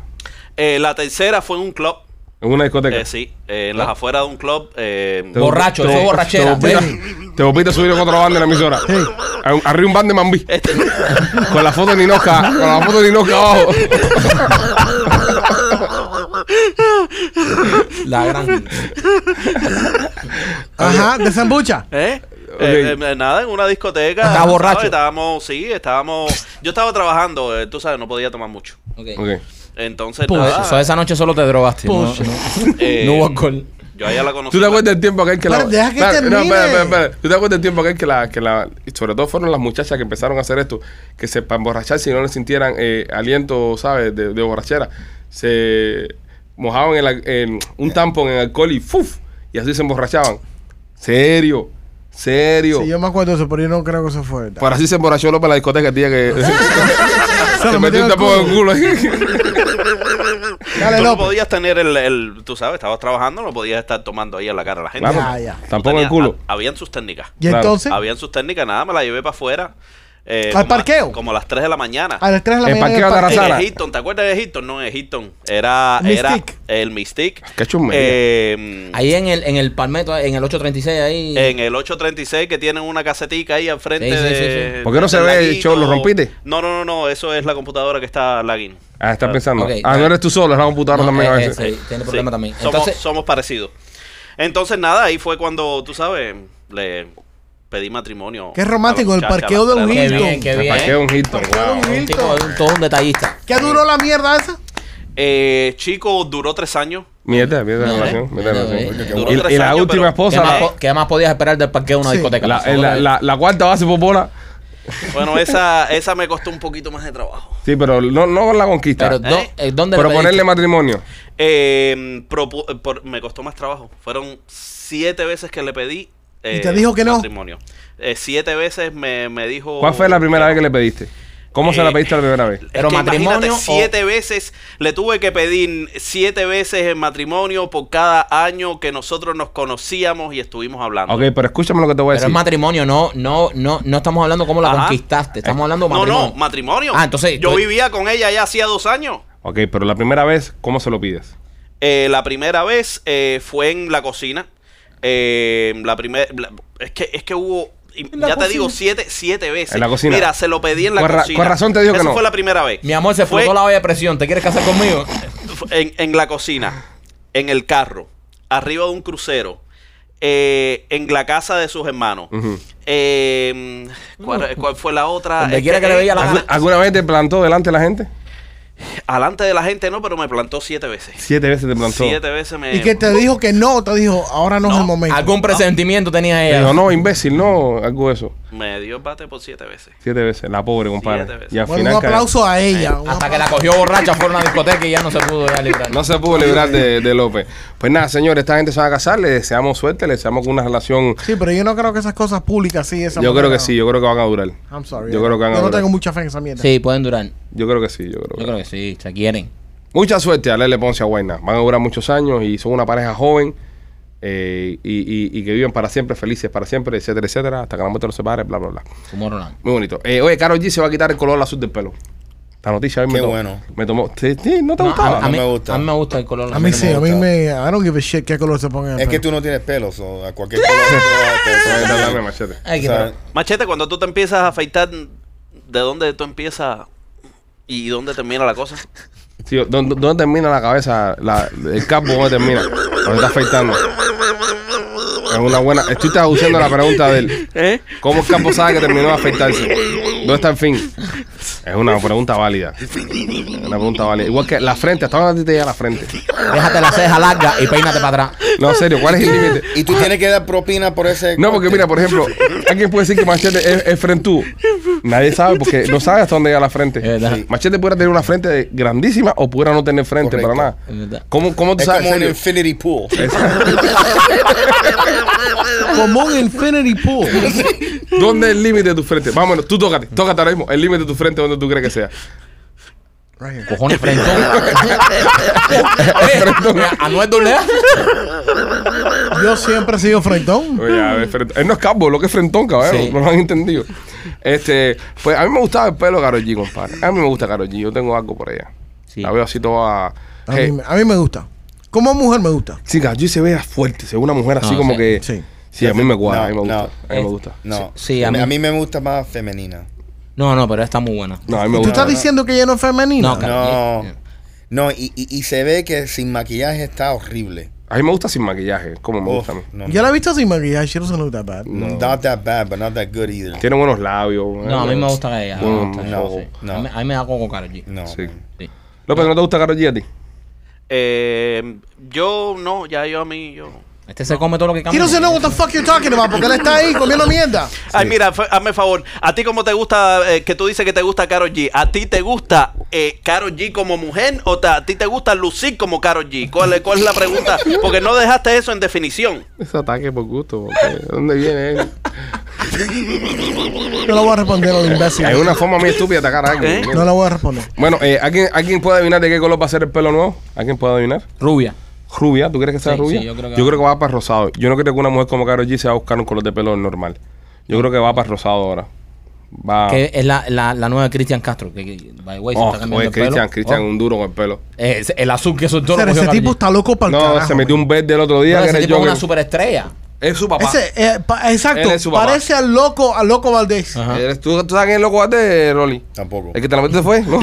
S6: Eh, la tercera fue en un club.
S1: En una discoteca.
S6: Eh, sí, eh, en las afueras de un club. eh,
S1: Te-
S3: Borracho,
S1: te-
S3: eso es
S1: te-
S3: borrachera.
S1: Te volviste- te volviste a subir con otra banda en la emisora. A un- Arriba un band de Mambi.
S6: Este-
S1: Con la foto de Ninoca. Con la foto de Ninoca abajo.
S3: La gran.
S4: Ajá, de sambucha.
S6: ¿Eh?
S1: Ok.
S6: Eh, eh, nada, en una discoteca.
S3: Estaba
S6: ¿sabes?
S3: borracho.
S6: Estábamos, sí, estábamos. Yo estaba trabajando, eh, tú sabes, no podía tomar mucho.
S1: Ok.
S6: Entonces,
S4: Pues,
S6: nada,
S3: So, esa noche solo te drogaste. No,
S4: Push.
S3: no.
S6: eh,
S3: no hubo alcohol.
S6: Yo a ella la conocí.
S1: ¿Tú te acuerdas del tiempo aquel que la...
S4: Pero deja que
S1: Espera,
S4: termine.
S1: No, espera, espera, espera. ¿Tú te acuerdas del tiempo aquel que la, que la... y Sobre todo fueron las muchachas que empezaron a hacer esto, que se para emborracharse y no le sintieran eh, aliento, ¿sabes? De, de borrachera. Se mojaban en la- en un tampón en alcohol y ¡fuf! Y así se emborrachaban. Serio, serio.
S4: Sí, yo me acuerdo de eso, pero yo no creo que eso fue.
S1: Por así se emborrachó López en la discoteca el día que...
S4: Se
S1: se
S4: lo
S1: metió un
S4: metió en el
S1: tampón en el
S4: culo.
S1: culo.
S4: Dale,
S6: Tú no
S4: López.
S6: podías tener el, el- Tú sabes, estabas trabajando, no podías estar tomando ahí en la cara a la gente.
S1: Claro,
S4: Ya, ya.
S1: tampón en el
S6: Tenía-
S1: culo.
S6: ha- habían sus técnicas.
S4: Y
S1: Claro.
S4: entonces,
S6: Habían sus técnicas, nada, me la llevé para afuera. eh,
S4: ¿Al
S6: como a-
S4: parqueo?
S6: como a las 3 de la mañana.
S4: a las 3 de la
S1: El
S4: mañana. en
S1: parqueo de
S4: parque.
S1: Tarazana.
S6: En
S1: Sara.
S6: Egipton, ¿te acuerdas de Egipton? No, en Egipton. Era, era
S4: Mystic.
S6: el Mystic.
S1: Ah, Qué chusmería.
S6: Eh,
S3: Ahí en el, en el Palmetto, en el 836, ahí.
S6: en el 836 que tienen una casetica ahí al frente
S3: Sí, sí, sí,
S6: de...
S3: sí.
S1: ¿Por qué no se
S6: del
S1: ve el
S6: laguito?
S1: show? ¿Lo rompiste?
S6: No, no, no, no. Eso es la computadora que está lagging.
S1: Ah, estás pensando.
S3: Ok,
S1: ah, no
S3: dale.
S1: eres tú solo, es la computadora
S3: No,
S1: también a
S3: eh, eh,
S1: veces.
S3: sí, tiene problema
S6: Sí.
S3: también.
S6: Somos,
S3: Entonces,
S6: somos parecidos. Entonces, nada, ahí fue cuando, tú sabes, le pedí matrimonio.
S4: Qué romántico,
S6: a la
S4: el
S6: muchacha
S4: parqueo
S6: a las
S4: de un
S6: tres la
S4: Hilton.
S6: mañana.
S3: Qué
S1: El
S3: bien.
S1: parqueo de un Hilton,
S4: Parqueo de un
S1: wow.
S3: un tipo, un- todo un detallista.
S4: ¿Qué duró la mierda esa?
S6: Eh, chico, duró tres años.
S1: Mierda, mierda la
S3: No,
S1: relación,
S3: eh.
S1: mierda la
S3: No,
S1: relación.
S5: eh.
S1: Y-
S6: Duró
S1: Y,
S6: tres
S1: la
S6: años,
S1: última
S6: pero-
S3: ¿Qué
S1: esposa,
S3: más,
S1: la,
S3: po- qué más podías esperar del parqueo de una
S4: Sí.
S3: discoteca?
S1: la- eh, la- la- la cuarta base por bola.
S6: Bueno, esa, esa me costó un poquito más de trabajo.
S1: Sí, pero no, no con la conquista.
S3: Pero,
S1: Pero,
S3: do- eh, ¿dónde le
S1: ponerle
S3: pediste?
S1: matrimonio.
S6: Eh, propu- eh, por- me costó más trabajo. Fueron siete veces que le pedí. eh,
S4: te dijo que no?
S6: matrimonio. Eh, siete veces me, me dijo.
S1: ¿Cuál fue la primera vez que le pediste? ¿Cómo se la
S6: Eh,
S1: pediste la primera vez?
S6: Es
S3: Pero
S6: que imagínate,
S3: matrimonio o-
S6: Siete veces. Le tuve que pedir siete veces en matrimonio por cada año que nosotros nos conocíamos y estuvimos hablando.
S1: Ok, pero escúchame lo que te voy a
S3: Pero es
S1: decir.
S3: matrimonio, no, no, no, no estamos hablando cómo la
S6: Ajá.
S3: conquistaste, estamos hablando
S6: No,
S3: matrimonio.
S6: no, matrimonio.
S3: Ah, entonces
S6: Yo
S3: tú-
S6: vivía con ella ya hacía dos años.
S1: Ok, pero la primera vez, ¿cómo se lo pides?
S6: Eh, la primera vez eh, fue en la cocina. Eh, la primera. Es que, es que hubo. y
S4: la
S6: ya te digo,
S4: cocina?
S6: siete, siete veces.
S1: En la cocina.
S6: Mira, se lo pedí en la
S1: Con ra-
S6: cocina.
S1: con razón te digo que
S6: Esa
S1: no.
S6: fue la primera vez.
S3: Mi amor, se
S6: fue
S3: flotó la olla de presión, ¿te quieres casar conmigo?
S6: en, en la cocina, en el carro, arriba de un crucero, eh, en la casa de sus hermanos.
S1: Ujú.
S6: Eh, ¿cuál, cuál fue la otra?
S3: Mm. Donde
S6: Es
S3: quiera que le veía la
S6: eh,
S3: gana.
S1: ¿Alguna vez te plantó delante de la gente?
S6: Alante de la gente no, pero me plantó siete veces.
S1: Siete veces te plantó.
S6: Siete veces me.
S4: Y que te dijo que no, te dijo, ahora no, es el momento.
S3: ¿Algún presentimiento tenía
S1: Te
S3: ella?
S1: dijo, no, imbécil, no, algo de eso.
S6: Me dio el bate por siete veces.
S1: Siete veces, la pobre,
S6: Siete
S1: compadre.
S6: veces.
S1: Y al
S4: Bueno,
S1: final
S4: un
S1: cae.
S4: aplauso a ella. un
S3: Hasta que la
S4: aplauso.
S3: cogió borracha, fue a una discoteca y ya no se pudo ya librar.
S1: No se pudo librar de, de López. Pues nada, señores, esta gente se va a casar, le deseamos suerte, le deseamos una relación.
S4: Sí, pero yo no creo que esas cosas públicas sí. Esa
S1: Yo creo
S4: manera-
S1: que sí, yo creo que van a durar.
S4: I'm sorry. eh.
S1: Yo creo que van a
S4: Yo no
S1: durar.
S4: tengo mucha fe en esa mierda.
S3: Sí, pueden durar.
S1: Yo creo que sí, yo creo.
S3: Yo
S1: que-
S3: creo que sí, se quieren.
S1: Mucha suerte a Lele Ponce y a Guayna. Van a durar muchos años y son una pareja joven eh, y, y- y que viven para siempre, felices para siempre, etcétera, etcétera, hasta que la muerte los separe, bla, bla, bla.
S3: Como Roland.
S1: Muy bonito. Eh, oye, Carol G se va a quitar el color azul del pelo. La noticia a mí me
S5: Qué
S1: tomó-
S5: bueno.
S1: Me tomó. Sí, sí, no te
S3: No,
S1: gustaba.
S3: a, a mí,
S5: No me gusta.
S3: a mí me gusta el color.
S4: A mí sí, a mí
S5: gusta.
S4: me. I don't give a shit qué color se ponga. en el
S5: Es que
S4: pelo.
S5: tú no tienes pelos, o a cualquier color.
S1: Dame,
S5: te-
S1: dame,
S5: te-
S1: machete.
S3: Ay,
S5: o
S3: qué
S5: sea,
S6: Machete, cuando tú te empiezas a afeitar, ¿de dónde tú empiezas y dónde termina la cosa?
S1: Tío, ¿dó- ¿dónde, termina la cabeza? La, el capo, ¿dónde termina? Cuando está afeitando. Es una buena. Estoy traduciendo la pregunta de él.
S6: ¿Eh?
S1: ¿Cómo el capo sabe que terminó de afeitarse? ¿Dónde está el fin? Es una pregunta válida. Una pregunta válida. Igual que la frente, hasta ahora a ti te llega la frente.
S3: Déjate la ceja larga y peínate para atrás.
S1: No, en serio, ¿cuál es el límite?
S5: Y tú tienes que dar propina por ese.
S1: No, porque mira, por ejemplo, alguien puede decir que Machete es, es frentú. Nadie sabe porque no sabe hasta dónde llega la frente.
S3: Es verdad.
S1: Sí. Machete pudiera tener una frente grandísima o pudiera no tener frente
S5: Correcto.
S1: para
S3: Es verdad.
S1: nada. ¿Cómo, cómo tú
S5: Es
S1: sabes?
S5: como un
S1: en serio?
S5: infinity pool.
S4: Como un infinity pool.
S1: ¿Dónde es el límite de tu frente? Vámonos, tú tócate, tócate ahora mismo. El límite de tu frente, donde tú crees que sea.
S4: Right here.
S3: Cojones, frentón. Oye, ¿a- Anuel Doblea.
S4: Yo siempre he sido frentón.
S1: Oye, a ver, frentón. Él no es calvo, lo que es frentón, cabrón.
S3: Sí.
S1: No lo han entendido. Este, pues a mí me gustaba el pelo de Karol G, compadre. A mí me gusta Karol G. Yo tengo algo por ella.
S3: Sí.
S1: La veo así toda.
S4: A
S1: Hey,
S4: mí, me- a mí me gusta. Como mujer me gusta.
S1: Sí, Karol G se ve fuerte, se ve una mujer así
S3: No,
S1: como
S3: sí,
S1: que. Sí.
S4: sí.
S1: a mí me gusta, a mí me
S5: No,
S1: gusta.
S5: no.
S1: A mí me gusta.
S5: No.
S3: Sí, a
S5: a
S3: mí-
S5: mí, me gusta más femenina.
S3: No, no, pero está muy buena.
S1: No, a mí me
S4: ¿Tú
S1: gusta.
S4: estás diciendo que ella no es femenina?
S3: No, ca-
S5: No.
S3: Yeah.
S5: No, y, y, y se ve que sin maquillaje está horrible.
S1: A mí me gusta sin maquillaje, como me gusta a mí.
S5: Uf, no,
S4: Yo la he visto sin maquillaje. She doesn't look that bad.
S5: no. Not that bad, but not that good either.
S1: Tiene buenos labios. eh,
S3: No, a mí me gusta que ella. me
S1: Bueno,
S3: gusta,
S5: no,
S3: sí.
S5: no.
S3: A, mí, a mí me da coco Karol G.
S5: No.
S1: Sí.
S3: Sí.
S1: López, ¿no te gusta Karol G a ti?
S6: Eh, yo no, ya yo a mí, yo.
S3: Este se come todo lo que
S4: He
S3: cambia.
S4: doesn't know what the fuck you're talking about porque él está ahí comiendo mierda.
S6: Ay, mira, fa- hazme favor. ¿A ti cómo te gusta, eh, que tú dices que te gusta Karol G? ¿A ti te gusta eh, Karol G como mujer o ta- a ti te gusta lucir como Karol G? ¿Cuál, es- ¿Cuál es la pregunta? Porque no dejaste eso en definición.
S1: Ese ataque por gusto. ¿Dónde viene él?
S4: No la voy a responder al imbécil.
S1: Hay una forma muy estúpida de atacar a alguien.
S6: ¿Eh?
S1: mierda.
S4: No la voy a responder.
S1: Bueno, eh, ¿alguien, ¿alguien puede adivinar de qué color va a ser el pelo nuevo? ¿Alguien puede adivinar?
S3: Rubia.
S1: ¿Rubia? ¿Tú crees que sea
S3: Sí,
S1: rubia?
S3: sí, yo creo que
S1: yo
S3: va.
S1: creo que va para rosado. Yo no creo que una mujer como Karol G se va a buscar un color de pelo normal. Yo creo que va para rosado ahora. Va.
S3: Que es la, la, la nueva de Cristian Castro. Que, que, by the way, se
S1: Ah. Oh,
S3: está cambiando
S1: oye,
S3: el pelo.
S1: Cristian, Cristian,
S3: Oh.
S1: un duro con el pelo.
S3: Eh, ese- el azul que soltó
S4: O sea,
S3: lo cogió
S4: ese
S3: Karol
S4: tipo
S3: G.
S4: está loco para el
S1: No,
S4: carajo. eh.
S1: se metió un verde el otro día
S3: No,
S1: que
S3: ese
S1: era el
S3: tipo es una
S1: Joker.
S3: superestrella.
S1: Es su papá.
S4: Ese, eh, pa- exacto.
S1: Él es su papá. Ah.
S4: Parece al loco, al loco Valdés.
S3: Ajá.
S1: Eres ¿Tú, ¿Tú sabes quién es el loco de Rolly?
S5: Tampoco.
S1: ¿El que te la metiste fue? ¿No?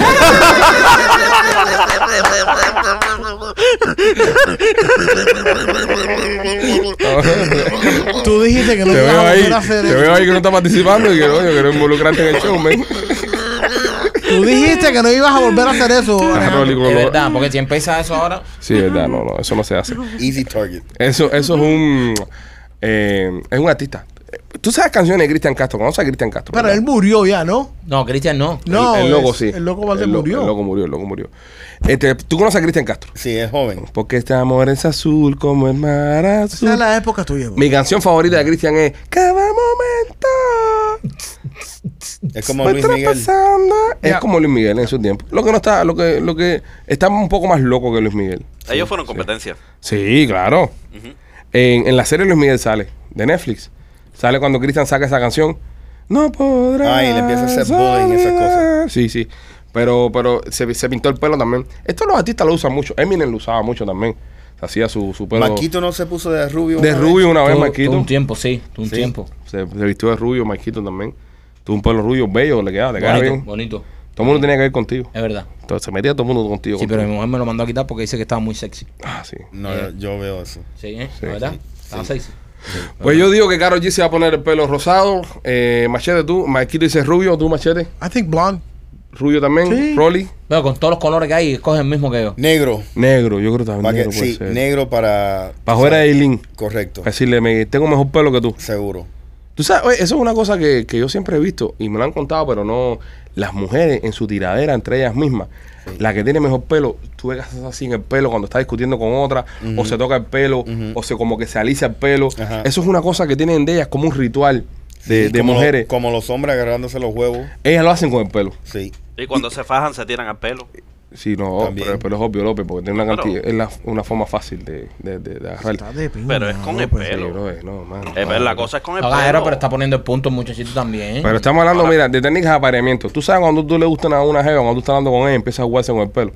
S4: Tú dijiste que no
S1: te
S4: ibas
S1: veo
S4: a
S1: ahí,
S4: volver a hacer
S1: te
S4: eso.
S1: veo ahí que no estás participando y que coño, quiero involucrarte en el show, men.
S4: Tú dijiste que no ibas a volver a hacer eso.
S1: Ah,
S4: Alejandro.
S1: Rolly con
S3: Es
S1: lo-
S3: verdad, porque si empieza eso ahora.
S1: Sí, es verdad, no, no, eso no se hace.
S5: Easy target.
S1: Eso, eso es un eh, es un artista. Tú sabes canciones de Cristian Castro, conoces a Cristian Castro.
S4: Pero
S1: ¿verdad?
S4: él murió ya, ¿no?
S3: No, Cristian no.
S4: No,
S1: el, el loco
S4: es-
S1: sí.
S4: El loco Valdés
S1: El lo-
S4: murió.
S1: El loco murió, el loco murió. Este, tú conoces a Cristian Castro.
S5: Sí, es joven.
S1: Porque este amor es azul como el mar azul.
S4: Esa es la época tuya. bro.
S1: Mi canción favorita de Cristian es Cada momento
S5: Es como
S1: me
S5: Luis
S1: está
S5: Miguel.
S1: pasando. Es
S4: Ya.
S1: como Luis Miguel en su tiempo. Lo que no está, lo que, lo que está un poco más loco que Luis Miguel.
S6: Ellos fueron competencia.
S1: Sí, claro. en, en la serie Luis Miguel sale, de Netflix. Sale cuando Cristian saca esa canción. No podrá.
S5: Ah, y le empieza a hacer bullying y esas cosas.
S1: Sí, sí. Pero, pero se, se pintó el pelo también. Esto los artistas lo usan mucho. Eminem lo usaba mucho también. Se hacía su, su pelo.
S5: Marquito no se puso de rubio.
S1: de
S5: una vez?
S1: rubio una vez,
S3: Tuvo-
S1: Marquito.
S3: tuvo un tiempo, sí. tuvo un
S5: Sí.
S3: tiempo.
S1: Se, se vistió de rubio, Marquito también. Tuvo un pelo rubio, bello, le quedaba, le quedaba
S3: Bonito,
S1: bien.
S3: bonito.
S1: Todo el mundo tenía que ir contigo.
S3: Es verdad.
S1: Entonces, se metía todo el mundo contigo.
S3: Sí, pero mi
S1: contigo.
S3: mujer me lo mandó a quitar porque dice que estaba muy sexy.
S1: Ah, sí.
S5: No, yo- yo veo eso.
S3: Sí, ¿eh?
S1: Sí,
S3: ¿No ¿Verdad? Estaba sexy.
S1: Pues yo digo que Karol G se va a poner el pelo rosado. Eh, machete tú. Marquito dice rubio. Tú, machete.
S4: I think blonde.
S1: Rubio también.
S4: Sí.
S1: Rolly.
S3: Pero con todos los colores que hay, escoge el mismo que yo.
S5: Negro.
S1: Negro. Yo creo que también
S5: Para que,
S1: negro puede
S5: sí,
S1: ser.
S5: negro para.
S1: Para jugar a Eileen.
S5: Correcto.
S1: Para decirle, me, tengo mejor pelo que tú.
S5: Seguro.
S1: Tú sabes, oye, eso es una cosa que, que yo siempre he visto y me lo han contado, pero no. Las mujeres en su tiradera entre ellas mismas, la que tiene mejor pelo, tú ves que haces así en el pelo cuando está discutiendo con otra, o se toca el pelo, o se como que se alisa el pelo.
S5: Ajá.
S1: Eso es una cosa que tienen de ellas como un ritual de,
S5: Sí,
S1: de
S5: como lo-
S1: mujeres.
S5: como los hombres agarrándose los huevos.
S1: Ellas lo hacen con el pelo.
S5: Sí.
S6: Y cuando se fajan se tiran al pelo.
S1: Sí, no,
S5: También.
S1: pero, pero es obvio, López, porque tiene una
S6: Claro.
S1: cantidad, es la- una forma fácil de, de, de, de agarrar.
S4: Está de piña,
S6: Pero es con el
S4: López.
S1: Sí,
S6: pelo.
S1: bro, eh, no, mano.
S6: Eh, pero la cosa es con el
S3: No, gajero,
S6: pelo.
S3: pero está poniendo el punto el muchachito también.
S1: Pero estamos hablando, mira, de técnicas de apareamiento. Tú sabes cuando tú le gustas a una jeva, cuando tú estás hablando con ella, empieza a jugarse con el pelo.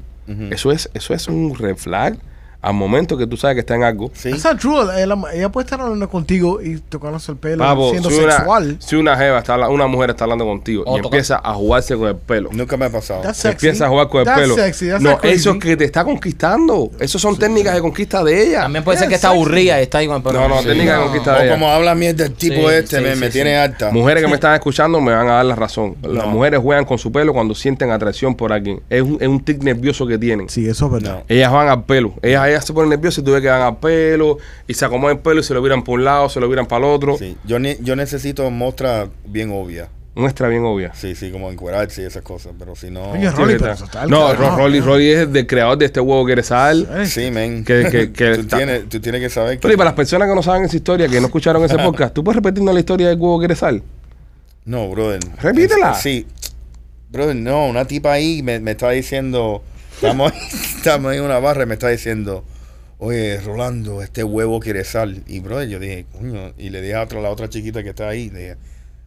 S1: Eso es eso es un red flag al momento que tú sabes que está en algo,
S5: Sí.
S4: That's not true. Ella, ella puede estar hablando contigo y tocándose el pelo,
S1: Papo,
S4: siendo
S1: si una,
S4: sexual.
S1: si una jeva está habla- una mujer está hablando contigo
S3: O
S1: y
S3: Oh, toca-
S1: empieza a jugarse con el pelo.
S5: Nunca me ha pasado.
S4: That's
S1: Se
S4: sexy.
S1: empieza a jugar con el
S4: That's
S1: pelo.
S4: sexy, that's
S1: no,
S4: not crazy.
S1: eso es que te está conquistando. Esas son técnicas de conquista de ella.
S3: También puede ser
S1: Yeah,
S3: que está
S1: sexy.
S3: aburrida y está ahí con el pelo.
S1: No, no,
S3: Sí.
S1: técnica de
S5: O
S1: conquista de
S5: como
S1: ella.
S5: habla mierda el tipo
S3: Sí,
S5: este,
S3: sí,
S5: me,
S3: sí,
S5: me
S3: sí.
S5: tiene harta.
S1: Mujeres que me están escuchando me van a dar la razón. Las
S5: No.
S1: mujeres juegan con su pelo cuando sienten atracción por alguien. Es un, es un tic nervioso que tienen.
S4: Sí, eso es verdad.
S5: No.
S1: Ellas van al pelo. Ellas, ellas se ponen nerviosas y tú ves que van al pelo y se acomodan el pelo y se lo viran por un lado, se lo viran para el otro.
S5: Sí. Yo, ne- yo necesito muestra bien obvia.
S1: Muestra bien obvia.
S5: Sí, sí, como encuerarse y esas cosas. Pero si no.
S4: Coño,
S1: Sí,
S4: Rolly,
S1: que está-
S4: pero eso está al
S1: no,
S4: carajo.
S1: Ro- Rolly, Rolly es el de- creador de este huevo que eres sal.
S4: Eh,
S5: Sí, men.
S1: Que- que- que
S5: tú,
S1: está-
S5: tienes, tú tienes que saber que.
S1: Pero y para las personas que no saben esa historia, que no escucharon ese podcast, ¿tú puedes repetirnos la historia del huevo que eres sal?
S5: No, brother.
S1: Repítela.
S5: Sí. Brother, no, una tipa ahí me, me está diciendo. Estamos, estamos en una barra y me está diciendo. Oye, Rolando, este huevo quiere sal. Y brother, yo dije, coño. Y le dije a otra, la otra chiquita que está ahí. Le dije,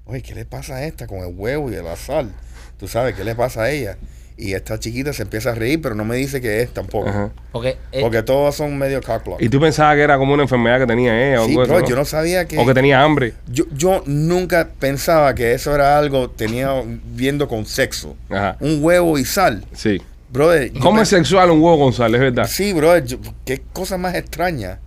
S5: oye, ¿qué le pasa a esta con el huevo y la sal? Tú sabes, ¿qué le pasa a ella? Y esta chiquita se empieza a reír, pero no me dice qué es tampoco.
S1: Ajá.
S3: Porque, eh,
S5: Porque todos son medio cockblock.
S1: Y tú pensabas que era como una enfermedad que tenía ella o
S5: Sí,
S1: algo de
S5: bro,
S1: eso,
S5: yo no sabía que.
S1: O que tenía hambre.
S5: Yo, yo nunca pensaba que eso era algo tenía viendo con sexo.
S1: Ajá.
S5: Un huevo y sal.
S1: Sí.
S5: Brother. yo
S1: ¿Cómo
S5: pe-
S1: es sexual un huevo, González? Es verdad.
S5: Sí, brother. yo- qué cosa más extraña.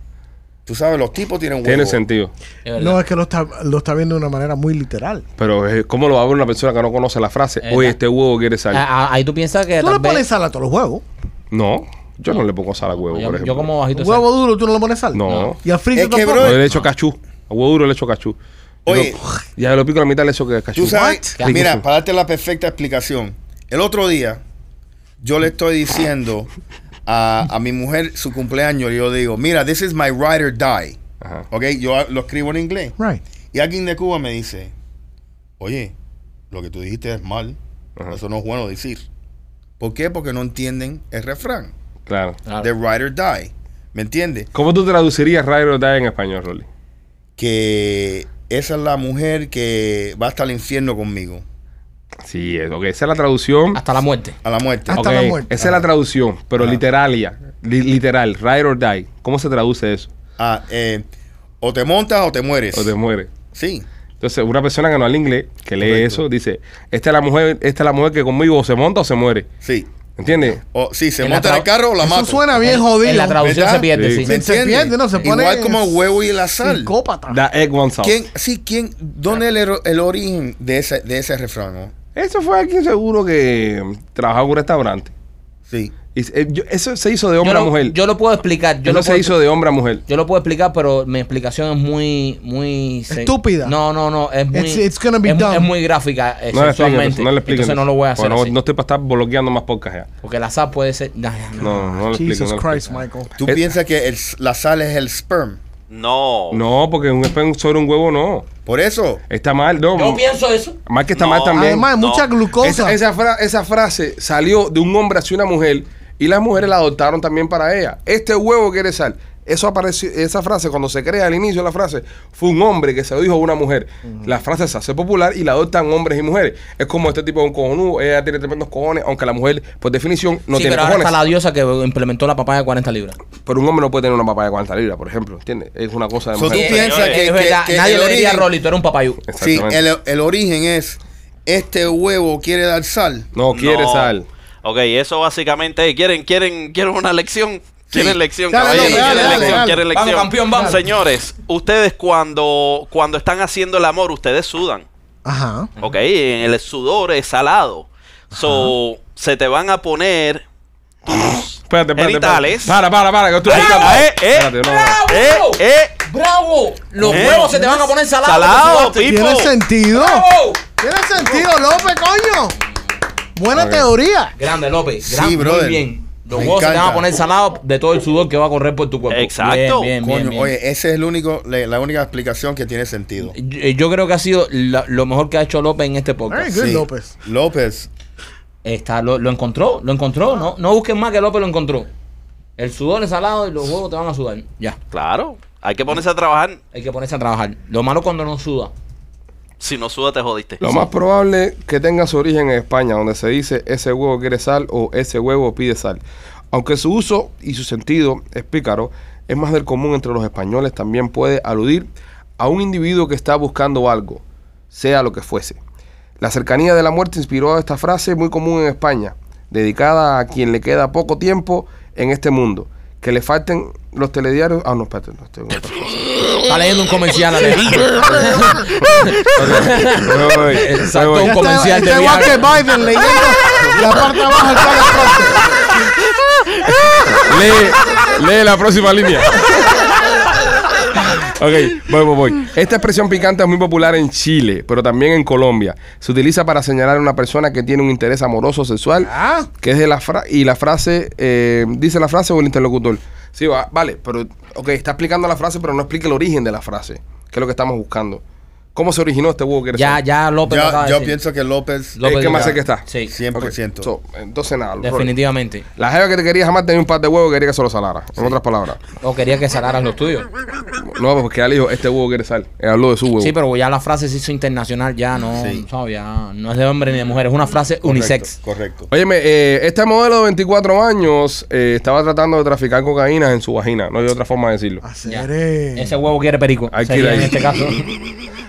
S5: Tú sabes, los tipos tienen huevo.
S1: Tiene sentido.
S3: es verdad.
S4: No, es que lo está, lo está viendo de una manera muy literal.
S1: Pero eh, ¿cómo lo va a ver una persona que no conoce la frase?
S3: Eh,
S1: Oye,
S3: la-
S1: este huevo quiere sal.
S3: Ah, ah, ahí tú piensas que
S4: Tú
S3: tal
S4: le
S3: vez-
S4: pones sal a todos los huevos.
S1: No, yo no le pongo sal al huevo, por
S3: yo,
S1: ejemplo.
S3: yo como bajito. sal.
S4: Huevo duro, tú no le pones sal.
S1: No.
S4: Y al frito
S5: Es que,
S4: tampoco.
S1: No,
S5: bro,
S1: yo le echo cachú. A huevo duro le echo cachú.
S5: eh, Oye.
S1: Yo- ya lo pico a la mitad le echo que- cachú.
S5: Tú sabes.
S3: What?
S5: Mira, para darte la perfecta explicación. El otro día, yo le estoy diciendo a, a mi mujer su cumpleaños. Yo digo, mira, this is my ride or die.
S1: Ajá.
S5: Ok, yo lo escribo en inglés.
S4: Right.
S5: Y alguien de Cuba me dice, oye, lo que tú dijiste es mal,
S1: Ajá.
S5: eso no es bueno decir. ¿Por qué? Porque no entienden el refrán
S1: Claro.
S3: Claro.
S5: de ride or die. ¿Me entiendes?
S1: ¿Cómo tú traducirías Ride or Die en español, Rolly?
S5: Que esa es la mujer que va hasta el infierno conmigo,
S1: Sí, es, ok. Esa es la traducción.
S3: Hasta la muerte.
S5: a la muerte.
S4: Hasta
S1: Ah, Ok,
S4: la muerte.
S1: Esa es la traducción, pero
S5: Ajá.
S1: literalia. li- literal, ride or die. ¿Cómo se traduce eso?
S5: Ah, eh, o te montas o te mueres.
S1: O te muere.
S5: sí.
S1: Entonces, una persona que no habla inglés, que lee
S5: Correcto.
S1: eso, dice, esta es la mujer, esta es la mujer que conmigo o se monta o se muere.
S5: Sí.
S1: ¿Entiendes?
S5: O, sí, se
S3: En la
S5: monta en el
S3: trau-
S5: carro o la
S4: Eso
S5: mato.
S4: suena bien
S3: En-
S4: jodido.
S3: En la traducción
S5: ¿Verdad?
S3: se pierde, sí.
S1: Sí.
S5: ¿Me
S4: Se
S5: entiendes?
S4: pierde, no, se
S5: Igual
S4: pone-
S5: como el huevo y la sal.
S4: Psicópata.
S1: The egg one sauce.
S5: ¿Quién, sí, quién, ¿Dónde es el, or- el origen de ese, de ese refrán? no?
S1: Eso fue alguien seguro que mm, trabajaba en un restaurante.
S5: Sí.
S1: Y se- eh, yo- eso se hizo de
S3: Yo
S1: hombre a
S3: lo,
S1: mujer.
S3: yo lo puedo explicar. Yo
S1: eso
S3: lo
S1: se
S3: puedo,
S1: hizo de hombre a mujer.
S3: yo lo puedo explicar, pero mi explicación es muy, muy se-
S4: Estúpida.
S3: No, no, no. Es muy,
S4: It's- it's gonna be
S3: es,
S4: dumb.
S3: es muy gráfica eh,
S1: No le expliquen
S3: sexualmente.
S1: eso, no le expliquen
S3: Entonces
S1: eso.
S3: no lo voy a hacer
S1: Porque no,
S3: así.
S1: no estoy para estar bloqueando más podcast ya.
S3: Porque la sal puede ser. nah, nah,
S1: No,
S3: nah.
S1: no, no le expliquen.
S4: Jesus
S1: no le
S4: Christ,
S1: expliquen.
S4: Michael.
S5: ¿Tú
S1: Eh,
S5: piensas que el- la sal es el sperm?
S6: No.
S1: No, porque un espejo sobre un huevo no.
S5: Por eso.
S1: Está mal, no.
S3: Yo pienso eso.
S1: Mal que está
S6: No.
S1: mal también.
S4: Además,
S6: No.
S4: mucha glucosa.
S1: Esa, esa fra- esa frase salió de un hombre hacia una mujer y las mujeres la adoptaron también para ella. Este huevo quiere sal. Eso apareció, esa frase, cuando se crea al inicio de la frase, fue un hombre que se lo dijo a una mujer. La frase se hace popular y la adoptan hombres y mujeres. Es como este tipo de un cojonudo, ella tiene tremendos cojones, aunque la mujer, por definición, no
S3: sí,
S1: tiene
S3: pero ahora
S1: cojones.
S3: está la diosa que implementó la papaya de 40 libras.
S1: Pero un hombre no puede tener una papaya de 40 libras, por ejemplo, ¿entiendes? Es una cosa de
S5: So,
S1: mujer.
S5: Tú piensas
S3: Eh,
S5: que-
S3: es verdad,
S5: que- que
S3: nadie
S5: el
S3: le diría a
S5: origen-
S3: Rolly, tú eres un papayú.
S5: Sí,
S1: Exactamente.
S5: el, el origen es, este huevo quiere dar sal.
S1: No quiere
S6: No.
S1: sal.
S6: Ok, eso básicamente. ¿Quieren, quieren, quieren una lección? ¿Quieren lección,
S4: Dale,
S6: caballero?
S4: dale, dale,
S6: ¿Quieren
S4: dale,
S6: lección?
S4: dale.
S6: ¿Quieren
S3: Vamos,
S6: lección?
S3: campeón, vamos.
S6: Señores, ustedes cuando, cuando están haciendo el amor, ustedes sudan.
S4: Ajá.
S6: Ok, en el sudor es salado. So, se te van a poner tus
S1: Espérate, espérate, espérate.
S6: genitales.
S1: Para, para, para, que estoy
S6: Ahí
S1: buscando.
S6: está, eh, eh,
S1: Espérate, no, no.
S6: ¡Eh, eh!
S3: ¡Bravo! Los
S6: Eh.
S3: huevos se te van a poner salados.
S6: ¡Salado,
S3: porque
S6: people!
S4: Tiene sentido.
S3: sudaste. ¡Bravo!
S4: Tiene sentido, López, coño. Buena
S1: Ok.
S4: teoría.
S3: Grande, López.
S5: Sí,
S3: gran-
S5: brother.
S3: Muy bien. Los
S5: Me
S3: huevos se te van a
S5: encanta.
S3: poner salados de todo el sudor que va a correr por tu cuerpo.
S6: Exacto.
S3: Bien, bien, bien,
S5: Coño,
S3: bien.
S5: oye, esa es el único, la, la única explicación que tiene sentido.
S3: Yo, eh, yo creo que ha sido la- lo mejor que ha hecho López en este
S4: Very
S3: podcast.
S4: good,
S5: Sí.
S4: López.
S5: López.
S3: Está, lo, lo encontró, lo encontró. No, no busquen más que López lo encontró. El sudor es salado y los huevos te van a sudar. Ya.
S6: Claro, hay que ponerse a trabajar.
S3: Hay que ponerse a trabajar. Lo malo cuando no suda.
S6: Si no suda, te jodiste.
S1: Lo más probable que tenga su origen en España, donde se dice ese huevo quiere sal o ese huevo pide sal. Aunque su uso y su sentido es pícaro, es más del común entre los españoles, también puede aludir a un individuo que está buscando algo, sea lo que fuese. La cercanía de la muerte inspiró a esta frase muy común en España, dedicada a quien le queda poco tiempo en este mundo. Que le falten los telediarios. Ah, no, espérate, no estoy
S3: Está leyendo un comercial, Alejandro. Exacto, un
S4: Este-
S3: comercial
S4: este
S3: de
S4: igual que
S3: Viagra.
S4: Biden leyendo la parte baja del Donald Trump.
S1: Lee, lee la próxima línea. Ok, voy, voy, voy. Esta expresión picante es muy popular en Chile, pero también en Colombia. Se utiliza para señalar a una persona que tiene un interés amoroso sexual,
S4: Ah.
S1: que es de la fra- y la frase eh, dice la frase o el interlocutor. Sí, va- vale, pero ok, está explicando la frase, pero no explica el origen de la frase, que es lo que estamos buscando. ¿Cómo se originó este huevo que eres?
S3: Ya, ya López lo acaba
S5: Yo,
S3: de
S5: yo
S3: decir.
S5: pienso que López.
S3: López
S1: ¿Qué más
S3: ya.
S1: sé que está?
S3: Sí,
S5: 100%.
S1: Ok, so, entonces nada, Rolly.
S3: definitivamente.
S1: La jeva que te quería jamás tenía un par de huevos que quería que se lo salara. En otras palabras.
S3: O quería que salaras los tuyos.
S1: No, porque él dijo, este huevo quiere sal. Él habló de su huevo.
S3: Sí, pero ya la frase se hizo internacional, ya no,
S5: Sí.
S3: ¿sabes? Ya no es de hombre ni de mujer, es una frase unisex.
S5: Correcto.
S1: Óyeme, eh, este modelo de 24 años eh, estaba tratando de traficar cocaína en su vagina. No hay otra forma de decirlo.
S3: Ya.
S4: Haceré.
S3: Ese huevo quiere perico.
S1: Hay que
S3: Sería
S1: ir ahí.
S3: en este caso.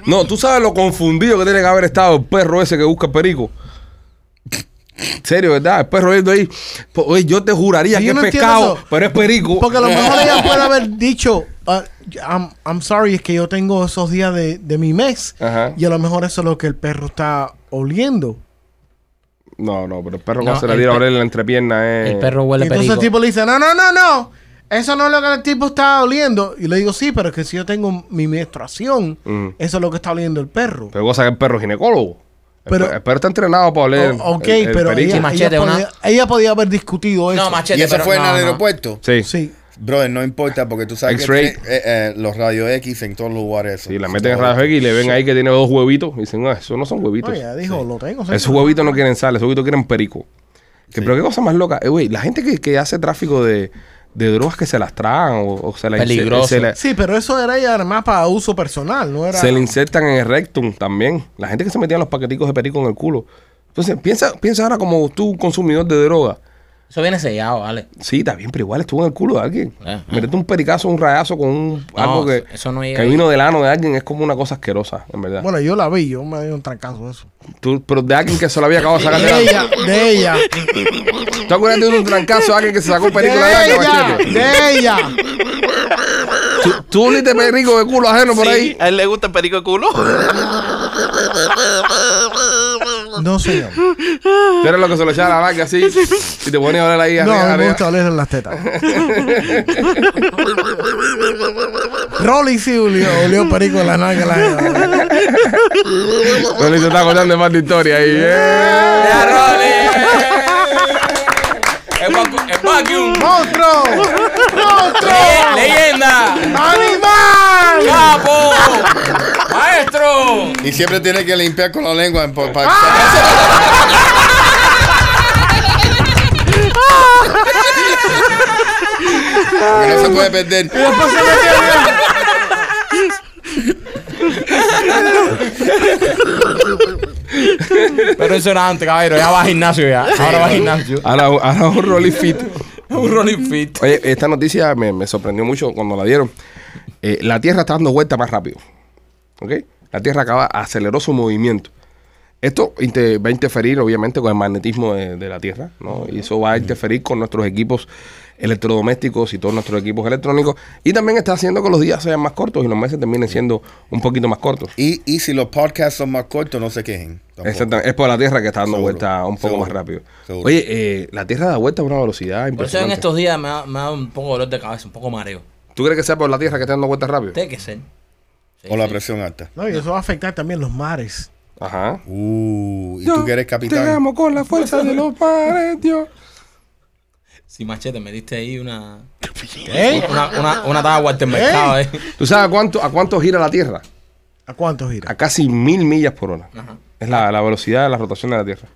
S1: No, tú sabes lo confundido que tiene que haber estado el perro ese que busca el perico. En serio, ¿verdad? El perro yendo ahí. po- Oye, yo te juraría
S4: Sí,
S1: que
S4: yo
S1: es
S4: no entiendo
S1: pescado,
S4: eso.
S1: pero es perico.
S4: Porque a lo mejor ella puede haber dicho, ah, I'm, I'm sorry, es que yo tengo esos días de, de mi mes.
S1: Ajá.
S4: Y a lo mejor eso es lo que el perro está oliendo.
S1: No, no, pero el perro
S3: No,
S1: no se le
S3: el
S1: diera a
S3: per-
S1: abrir la entrepierna. Eh.
S3: El perro
S4: Y
S3: huele
S4: entonces
S3: perico.
S4: el tipo le dice, no, no, no, no. Eso no es lo que el tipo está oliendo. Y le digo, sí, pero es que si yo tengo mi menstruación,
S1: Mm.
S4: eso es lo que está oliendo el perro.
S1: Pero cosa que el perro es ginecólogo. El,
S4: Pero-
S1: per- el perro está entrenado para oler.
S4: O- ok,
S1: el- el
S4: pero
S1: perico.
S4: ella,
S3: Sí, machete,
S4: ella
S3: una-
S4: podía, ella podía haber discutido eso.
S3: No, machete,
S5: ¿Y eso
S3: pero-
S5: fue en
S3: no,
S5: el
S3: no.
S5: aeropuerto?
S1: Sí. sí.
S4: Sí.
S5: Brother, no importa porque tú sabes que
S1: X-ray.
S5: eh, eh, los radio X en todos los lugares. eso.
S1: la meten en rayos X y le ven ahí que tiene dos huevitos. Y dicen, ah, eso no son huevitos.
S4: No, ella dijo, lo tengo. señor".
S1: Esos huevitos no quieren sal, esos huevitos quieren perico. Que, Pero qué cosa más loca. Eh, güey, la gente que, que hace tráfico de, de drogas que se las tragan o, o se las
S3: Peligroso.
S1: se, la-
S4: Sí, pero eso era ella más para uso personal, no era...
S1: se le insertan en el rectum también. La gente que se metía los paqueticos de perico en el culo. Entonces, piensa, piensa ahora como tú, consumidor de droga.
S3: Eso viene sellado, vale.
S1: Sí, está bien, pero igual estuvo en el culo de alguien.
S3: Ajá.
S1: Meterte un pericazo, un rayazo con un,
S3: Ah, No,
S1: algo que,
S3: eso no llega
S1: que
S3: ahí.
S1: vino del ano de alguien es como una cosa asquerosa, en verdad.
S4: Bueno, yo la vi, yo me di un trancazo de eso.
S1: Tú- pero de alguien que se lo había acabado de sacar de
S4: De
S1: la...
S4: ella, de ella,
S1: ¿Tú acuerdas de un trancazo a alguien que se sacó
S4: de
S1: película de la
S4: ella, de ella.
S1: Tú, tú oliste perico de culo ajeno por
S6: Sí,
S1: ahí.
S6: A él le gusta el perico de culo.
S4: No, señor.
S1: Tú eres lo que se lo echaba a la vaca así. Y te ponías a oler ahí
S4: No,
S1: arriba,
S4: a mí me
S1: arriba.
S4: gusta oler en las tetas. Rolly sí olió, olió perico en la nalga. la-
S1: Rolly se está acordando de más de historia ahí. ¡Eh!
S4: ¡Monstruo! ¡Monstruo!
S3: ¡Leyenda!
S4: ¡Animal!
S3: ¡Capo! ¡Maestro!
S5: Y siempre tiene que limpiar con la lengua. en- pa- pa-
S1: Ah.
S5: Porque no se puede perder.
S3: Pero eso era antes, caballero. Ya va al gimnasio ya. Ahora va al gimnasio.
S1: Ahora, ahora un Rolly fit.
S3: Un rolling fit.
S1: Oye, esta noticia me, me sorprendió mucho cuando la dieron. Eh, la Tierra está dando vuelta más rápido. ¿Ok? La Tierra acaba, aceleró su movimiento. Esto inte- va a interferir, obviamente, con el magnetismo de, de la Tierra, ¿no? Y eso va a interferir con nuestros equipos electrodomésticos y todos nuestros equipos electrónicos. Y también está haciendo que los días sean más cortos y los meses terminen siendo un poquito más cortos.
S5: Y, y si los podcasts son más cortos, no se quejen. tampoco.
S1: Exactamente. Es por la Tierra que está dando
S5: Seguro.
S1: vuelta un poco
S5: Seguro.
S1: más rápido.
S5: Seguro.
S1: Oye, eh, la Tierra da vuelta a una velocidad
S3: Por eso en
S1: impresionante.
S3: estos días me ha, me ha dado un poco de dolor de cabeza, un poco mareo.
S1: ¿Tú crees que sea por la Tierra que está dando vueltas rápido?
S3: Tiene que ser. Sí,
S5: O la
S3: sí.
S5: presión alta.
S4: No, y eso va a afectar también los mares.
S1: Ajá.
S5: Uh, y tú que eres capitán.
S1: Te amo con la fuerza de los mares, Dios.
S3: Si machete, me diste ahí una. Una, una, una taba guardamercado, eh.
S1: ¿Tú sabes a cuánto, a cuánto gira la Tierra?
S4: ¿A cuántos gira?
S1: A casi mil millas por hora.
S3: Ajá.
S1: Es la, la velocidad de la rotación de la Tierra.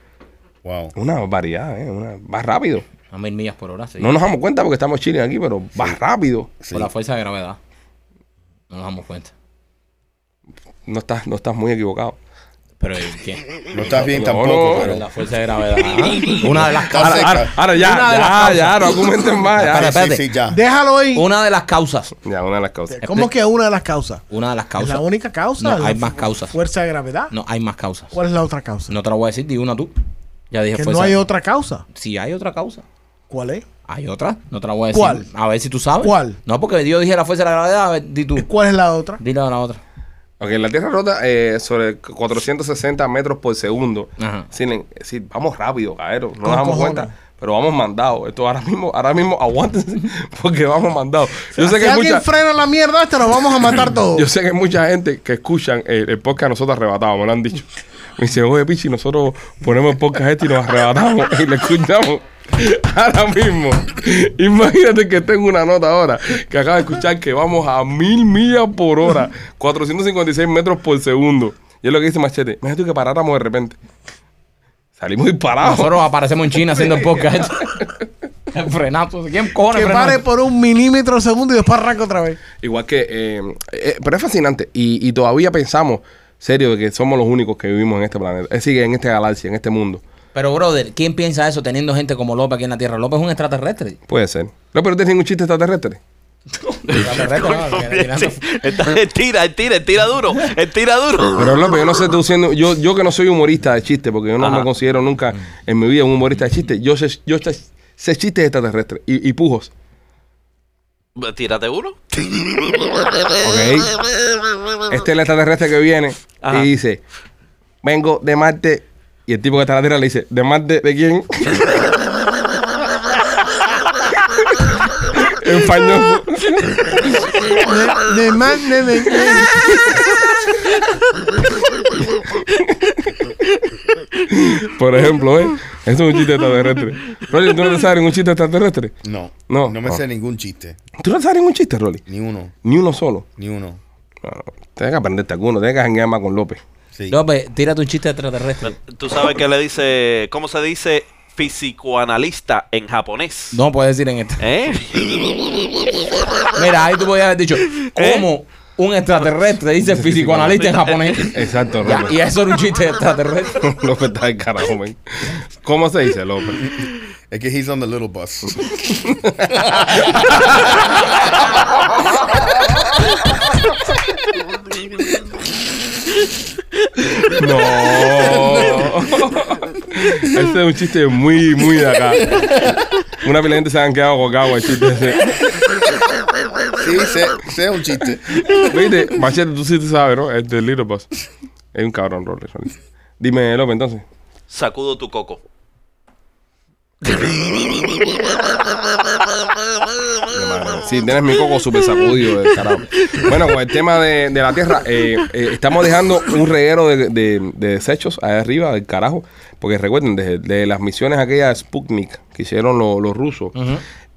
S5: Wow.
S1: Una barbaridad, ¿eh? Una- va rápido.
S3: A mil millas por hora, sí.
S1: No nos damos cuenta porque estamos chilling aquí, pero va rápido.
S5: Sí.
S3: Por la fuerza de gravedad. No nos damos cuenta.
S1: No estás, no estás muy equivocado.
S3: Pero ¿y ¿qué?
S5: No estás bien
S1: No,
S5: tampoco,
S4: Oh.
S1: no.
S5: pero.
S3: La fuerza de gravedad. ¿ah? Una de las
S5: Está
S3: causas.
S5: seca.
S1: Ahora, ahora ya,
S3: Una de las
S1: ya,
S3: causas.
S1: ya, no argumenten más.
S5: Sí,
S1: Ya.
S5: sí,
S3: espérate.
S5: sí, ya.
S4: Déjalo ahí.
S3: Una de las causas.
S1: ya, una de las cosas.
S4: ¿Cómo que una de las causas?
S3: Una de las
S4: ¿Es
S3: causas.
S4: la única causa?
S3: No,
S4: ¿La
S3: hay más
S4: fu-
S3: causas.
S4: ¿Fuerza de gravedad?
S3: No, hay más causas.
S4: ¿Cuál es la otra causa?
S3: No te la voy a decir, di una tú. Ya dije
S4: que
S3: fuerza.
S4: no hay otra causa.
S3: Sí, hay otra causa.
S4: ¿Cuál es?
S3: Hay otra, no te la voy a decir.
S4: ¿Cuál?
S3: A ver si tú sabes.
S4: ¿Cuál?
S3: No, porque yo dije la fuerza de la gravedad, a ver, di tú.
S4: ¿Cuál es la otra?
S3: Dile a la otra.
S1: Ok, la Tierra rota eh, sobre 460 metros por segundo.
S3: Ajá.
S1: Sin, es decir, vamos rápido, cabrón. No nos
S4: Con
S1: damos
S4: cojones.
S1: cuenta. Pero vamos mandados. Esto ahora mismo, ahora mismo aguántense porque vamos mandados. Yo sé
S4: si
S1: que hay
S4: alguien
S1: mucha,
S4: frena la mierda, te lo vamos a matar todos.
S1: yo sé que hay mucha gente que escuchan el, el podcast nosotros arrebatados, me lo han dicho. Me dicen, oye, Pichi, nosotros ponemos el podcast este y nos arrebatamos y lo escuchamos. Ahora mismo, imagínate que tengo una nota ahora que acaba de escuchar que vamos a mil millas por hora, 456 metros por segundo. Y es lo que dice Machete. Imagínate que paráramos de repente. Salimos disparados.
S3: Nosotros aparecemos en China haciendo el podcast. el frenazo. ¿Quién cojones
S4: que
S3: frenazo?
S4: pare por un milímetro al segundo y después arranca otra vez.
S1: Igual que. eh, eh, pero es fascinante. Y, y todavía pensamos, serio, de que somos los únicos que vivimos en este planeta. Es decir, en esta galaxia, en este mundo.
S3: Pero, brother, ¿quién piensa eso teniendo gente como López aquí en la Tierra? López es un extraterrestre.
S1: Puede ser. No, pero ustedes tienen un chiste extraterrestre.
S3: Extraterrestre, ¿no? Que- que-
S6: Sí, está- Estira, estira, estira duro, estira duro.
S1: Pero López, yo no sé tú siendo. Yo, yo que no soy humorista de chiste, porque yo no me considero nunca en mi vida un humorista de chiste. Yo sé, yo sé, sé chistes extraterrestres y, y pujos.
S6: Tírate uno.
S1: ¿ok? Este es el extraterrestre que viene
S6: Ajá.
S1: y dice: Vengo de Marte. Y el tipo que está en la tierra le dice: ¿De Marte de quién? en español.
S4: De, de man- de- de- de-
S1: Por ejemplo, ¿eh? Eso es un chiste extraterrestre. Rolly, ¿tú no te sabes ningún chiste extraterrestre?
S5: No.
S1: No.
S5: No me
S1: Ah.
S5: sé ningún chiste.
S1: ¿Tú no sabes ningún chiste, Rolly?
S5: Ni uno.
S1: Ni uno solo.
S5: Ni uno.
S1: No, no. Tienes que aprenderte alguno. Tienes que janguear más con López.
S5: Sí.
S3: López, tírate un chiste extraterrestre.
S6: Tú sabes que le dice, ¿cómo se dice psicoanalista en japonés?
S3: No puedes decir en este.
S6: ¿Eh?
S3: Mira, ahí tú podías haber dicho,
S4: ¿Eh?
S3: ¿cómo un extraterrestre dice fisicoanalista en japonés?
S1: Exacto,
S3: Ya, y
S1: López.
S3: eso era un chiste extraterrestre.
S1: López está de carajo, men. ¿Cómo se dice, López?
S5: Es que he's on the little bus.
S1: No. Ese es un chiste muy, muy de acá. Una pila de gente se han quedado con el chiste ese.
S5: sí, sé, sé un chiste.
S1: Viste, Machete, tú sí te sabes, ¿no? El de Little Boss. Es un cabrón, Rolly. Rolly. Dime, López, entonces.
S6: Sacudo tu coco.
S1: Sí, tienes mi coco súper sacudido del carajo. Bueno, con el tema de, de la tierra, eh, eh, estamos dejando un reguero de, de- de desechos allá arriba del carajo. Porque recuerden, desde de las misiones aquellas de Sputnik que hicieron lo- los rusos,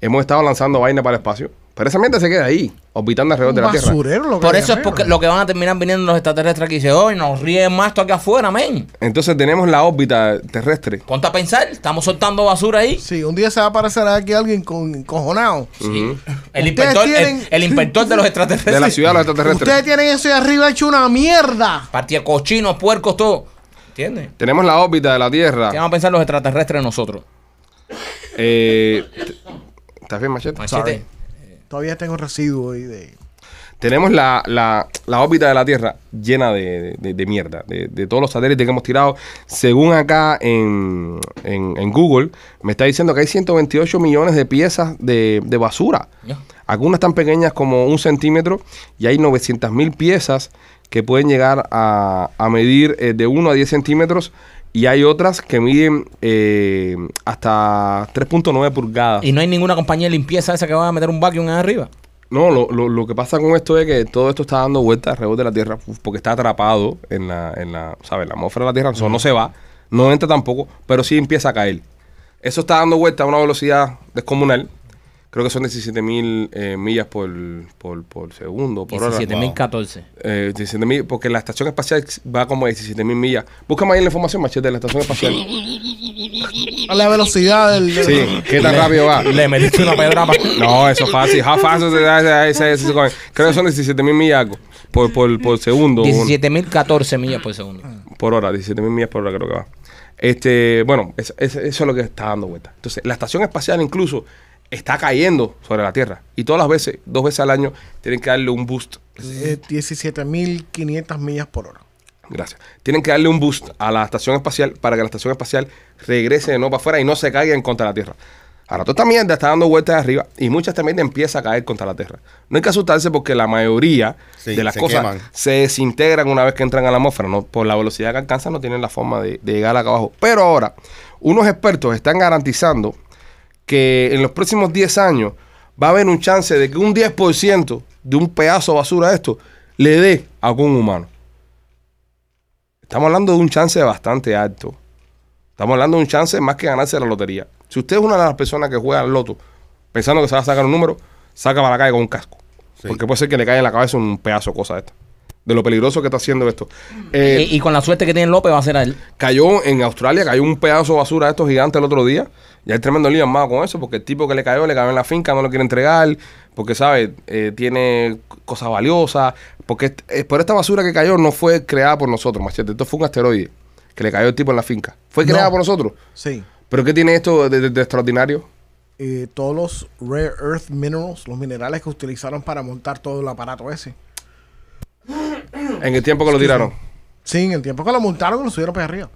S1: hemos estado lanzando vaina para el espacio. Pero esa mierda se queda ahí, orbitando alrededor
S4: un
S1: de la tierra.
S4: basurero lo que
S3: Por
S4: hay
S3: eso es
S4: arriba.
S3: porque lo que van a terminar viniendo los extraterrestres aquí dice, hoy nos ríen más esto aquí afuera, men.
S1: Entonces tenemos la órbita terrestre.
S3: Ponte a pensar, estamos soltando basura ahí.
S4: Sí, un día se va a aparecer aquí alguien con encojonado.
S3: El
S4: Ustedes
S3: inspector, el-
S4: tienen-
S3: el, inspector de los extraterrestres.
S1: De la ciudad a los extraterrestres.
S4: Ustedes tienen eso ahí arriba hecho una mierda.
S3: Partía cochinos, puercos, todo. ¿Entiendes?
S1: Tenemos la órbita de la Tierra.
S3: ¿Qué vamos a pensar los extraterrestres de nosotros?
S1: Eh, t- ¿Estás bien, machete?
S3: Machete.
S4: Todavía tengo residuos ahí de.
S1: Tenemos la, la- la órbita de la Tierra llena de, de- de mierda, de, de todos los satélites que hemos tirado. Según acá en, en- en Google, me está diciendo que hay 128 millones de piezas de, de basura.
S3: Ya.
S1: Algunas tan pequeñas como un centímetro y hay 900 mil piezas que pueden llegar a, a medir eh, de 1 a 10 centímetros y hay otras que miden eh, hasta 3.9 pulgadas.
S3: Y no hay ninguna compañía de limpieza esa que va a meter un vacuum ahí arriba.
S1: No, lo, lo- lo que pasa con esto es que todo esto está dando vueltas alrededor de la Tierra uf, porque está atrapado en la, en la, ¿sabes? la atmósfera de la Tierra. Eso no se va, no entra tampoco, pero sí empieza a caer. Eso está dando vueltas a una velocidad descomunal. Creo que son 17.000 mil eh, millas por, por, por segundo, por hora.
S3: 17.014.
S1: Eh, 17.000, porque la estación espacial va como a 17.000 millas. Búscame ahí la información, machete, de la estación espacial.
S4: A la velocidad del. del-
S1: Sí, qué tan rápido va.
S3: Le metiste una pedra pa-
S1: No, eso es fácil. How fast is that? Ese- ese- ese- Creo que son 17 mil millas algo por, por, por segundo.
S3: 17.014 millas por segundo.
S1: por hora, 17 mil millas por hora creo que va. Este, bueno, es- es- eso es lo que está dando vuelta. Entonces, la estación espacial incluso está cayendo sobre la Tierra. Y todas las veces, dos veces al año, tienen que darle un boost.
S4: Eh, 17.500 millas por hora.
S1: Gracias. Tienen que darle un boost a la estación espacial para que la estación espacial regrese de nuevo para afuera y no se caiga en contra de la Tierra. Ahora, toda esta mierda está dando vueltas de arriba y muchas también empieza a caer contra la Tierra. No hay que asustarse porque la mayoría
S5: Sí,
S1: de las
S5: se
S1: cosas
S5: queman.
S1: se desintegran una vez que entran a la atmósfera. ¿no? Por la velocidad que alcanzan no tienen la forma de, de llegar acá abajo. Pero ahora, unos expertos están garantizando que en los próximos 10 años va a haber un chance de que un 10% de un pedazo de basura de esto le dé a algún humano. Estamos hablando de un chance bastante alto. Estamos hablando de un chance más que ganarse la lotería. Si usted es una de las personas que juega al loto pensando que se va a sacar un número, saca para la calle con un casco.
S5: Sí.
S1: Porque puede ser que le caiga en la cabeza un pedazo de cosa de esta. De lo peligroso que está haciendo esto. Eh,
S3: Y, y con la suerte que tiene López va a ser a él.
S1: Cayó en Australia, cayó un pedazo de basura de estos gigantes el otro día. Y hay tremendo lío armado con eso, porque el tipo que le cayó, le cayó en la finca, no lo quiere entregar, porque, ¿sabes? Eh, tiene cosas valiosas. Porque est- eh, por esta basura que cayó no fue creada por nosotros, machete. Esto fue un asteroide que le cayó el tipo en la finca. Fue
S4: No.
S1: creada por nosotros.
S4: Sí.
S1: ¿Pero qué tiene esto de, de- de extraordinario?
S4: Eh, todos los rare earth minerals, los minerales que utilizaron para montar todo el aparato ese.
S1: En el tiempo que lo tiraron.
S4: Sí, en el tiempo que lo montaron, lo subieron para arriba.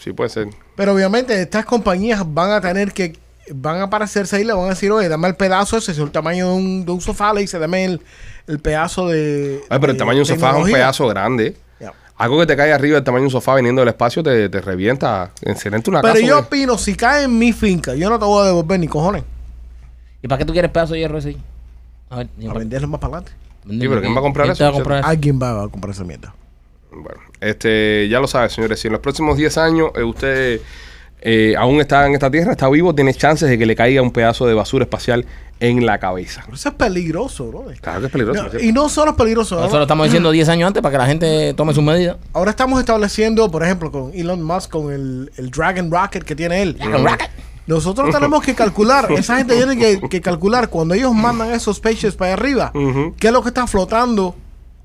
S1: Sí, puede ser.
S4: Pero obviamente estas compañías van a tener que, van a aparecerse ahí, le van a decir, oye, dame el pedazo ese, es el tamaño de un, de un sofá, le dice, dame el, el pedazo de...
S1: Ay, pero el
S4: de
S1: tamaño de un sofá es un
S4: tecnología".
S1: pedazo grande.
S4: Ya.
S1: Algo que te cae arriba del tamaño de un sofá viniendo del espacio te, te revienta. Excelente una
S4: Pero
S1: casa.
S4: yo
S1: güey.
S4: opino, si cae en mi finca, yo no te voy a devolver ni cojones.
S3: ¿Y para qué tú quieres pedazo de hierro ese? ahí? A ver,
S4: A venderlo más para adelante.
S1: Sí, pero ¿quién va a comprar
S3: te va a
S1: eso?
S3: comprar eso?
S4: Alguien va a comprar esa mierda.
S1: Bueno, este, ya lo sabes, señores. Si en los próximos 10 años eh, usted eh, aún está en esta tierra, está vivo, tiene chances de que le caiga un pedazo de basura espacial en la cabeza.
S4: Pero eso es peligroso, bro.
S1: Claro que es peligroso.
S4: No,
S1: ¿sí?
S4: y no solo es peligroso.
S3: Nosotros
S4: Ahora,
S3: estamos diciendo 10 años antes para que la gente tome sus medidas.
S4: ahora estamos estableciendo, por ejemplo, con Elon Musk, con el, el Dragon Rocket que tiene él. Nosotros tenemos que calcular, esa gente tiene que, que calcular cuando ellos mandan esos spaceships para arriba,
S1: Ujú.
S4: qué es lo que está flotando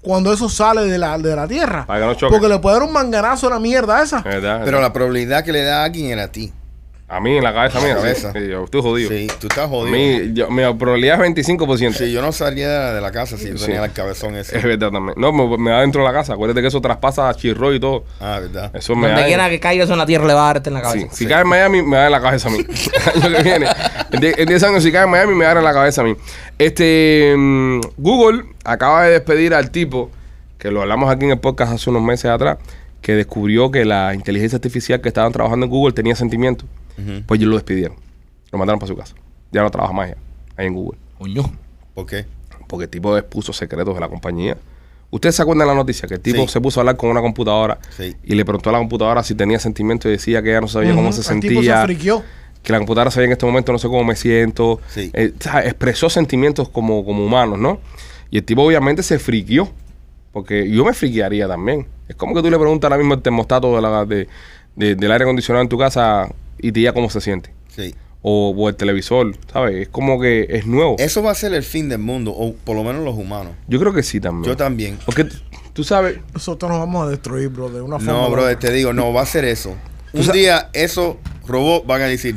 S4: cuando eso sale de la, de la Tierra.
S1: Para que no choque. Eh,
S4: Porque le puede dar un manganazo a la mierda esa.
S1: ¿Verdad?
S5: Pero la probabilidad que le da a alguien era a ti.
S1: a mí en la cabeza, mía.
S5: La
S1: sí.
S5: cabeza.
S1: Sí, yo estoy jodido.
S5: Sí, tú estás
S1: A
S5: jodido.
S1: mí, yo- mi probabilidad es 25%.
S5: Sí, yo no salía de la casa si yo
S1: Sí.
S5: tenía el cabezón
S1: Es
S5: ese.
S1: verdad también. No, me, me da dentro de la casa. Acuérdate que eso traspasa a Chirro y todo.
S5: Ah, verdad.
S1: Eso me
S3: Donde
S1: da.
S3: quiera que caiga eso en la tierra le va a darte en la
S1: Sí,
S3: cabeza.
S1: Si cae en Miami, me da en la cabeza a mí. El año que viene. En die- en 10 años, si cae en Miami, me da en la cabeza a mí. Este, mm, Google acaba de despedir al tipo, que lo hablamos aquí en el podcast hace unos meses atrás, que descubrió que la inteligencia artificial que estaban trabajando en Google tenía sentimientos. Pues ellos lo despidieron. Lo mandaron para su casa. Ya no trabaja más ya, ahí en Google.
S3: Coño.
S5: ¿Por qué?
S1: Porque el tipo expuso secretos de la compañía. ¿Ustedes se acuerdan de la noticia? Que el tipo
S5: Sí.
S1: se puso a hablar con una computadora
S5: Sí.
S1: y le preguntó a la computadora si tenía sentimiento y decía que ella no sabía cómo se
S4: El
S1: sentía
S4: tipo se friqueó.
S1: que la computadora sabía en este momento no sé cómo me siento.
S5: Sí.
S1: Eh, o sea, expresó sentimientos como, como humanos, ¿no? Y el tipo obviamente se friquió. Porque yo me friquearía también. Es como que tú le preguntas ahora mismo el termostato de la- de- de- del aire acondicionado en tu casa y te diga cómo se siente.
S5: Sí.
S1: O, o el televisor, ¿sabes? Es como que es nuevo.
S5: Eso va a ser el fin del mundo, o por lo menos los humanos.
S1: Yo creo que sí también.
S5: Yo también.
S1: Porque t- tú sabes,
S4: Nosotros nos vamos a destruir, bro, de una forma.
S5: No,
S4: u
S1: eh,
S5: brother,
S4: otra.
S5: te digo, no, va a ser eso. Un día esos robots van a decir,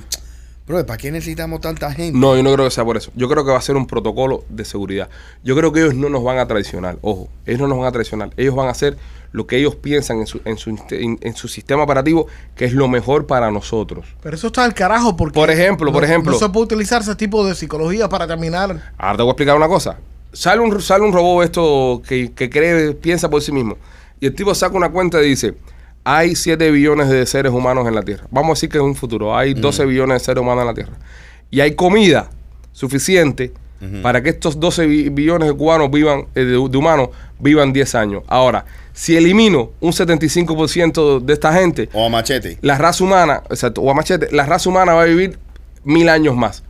S5: brother, ¿para qué necesitamos tanta gente?
S1: No, yo no creo que sea por eso. Yo creo que va a ser un protocolo de seguridad. Yo creo que ellos no nos van a traicionar. Ojo, ellos no nos van a traicionar. Ellos van a hacer lo que ellos piensan en su, en su, inte- en, en su sistema operativo, que es lo mejor para nosotros.
S4: Pero eso está al carajo porque...
S1: Por ejemplo, por
S4: no-
S1: ejemplo.
S4: No se puede utilizar ese tipo de psicología para terminar.
S1: Ahora te voy a explicar una cosa. Sale un, sale un robot esto que, que cree, piensa por sí mismo. Y el tipo saca una cuenta y dice, hay 7 billones de seres humanos en la Tierra. Vamos a decir que es un futuro. Hay
S3: Mm.
S1: 12 billones de seres humanos en la Tierra. Y hay comida suficiente para que estos 12 bi- billones de cubanos vivan, eh, de, de humanos, vivan 10 años. Ahora, si elimino un 75% de esta gente,
S3: Oh.
S5: O a machete.
S1: la raza humana, o sea, o a machete, la raza humana va a vivir mil años más.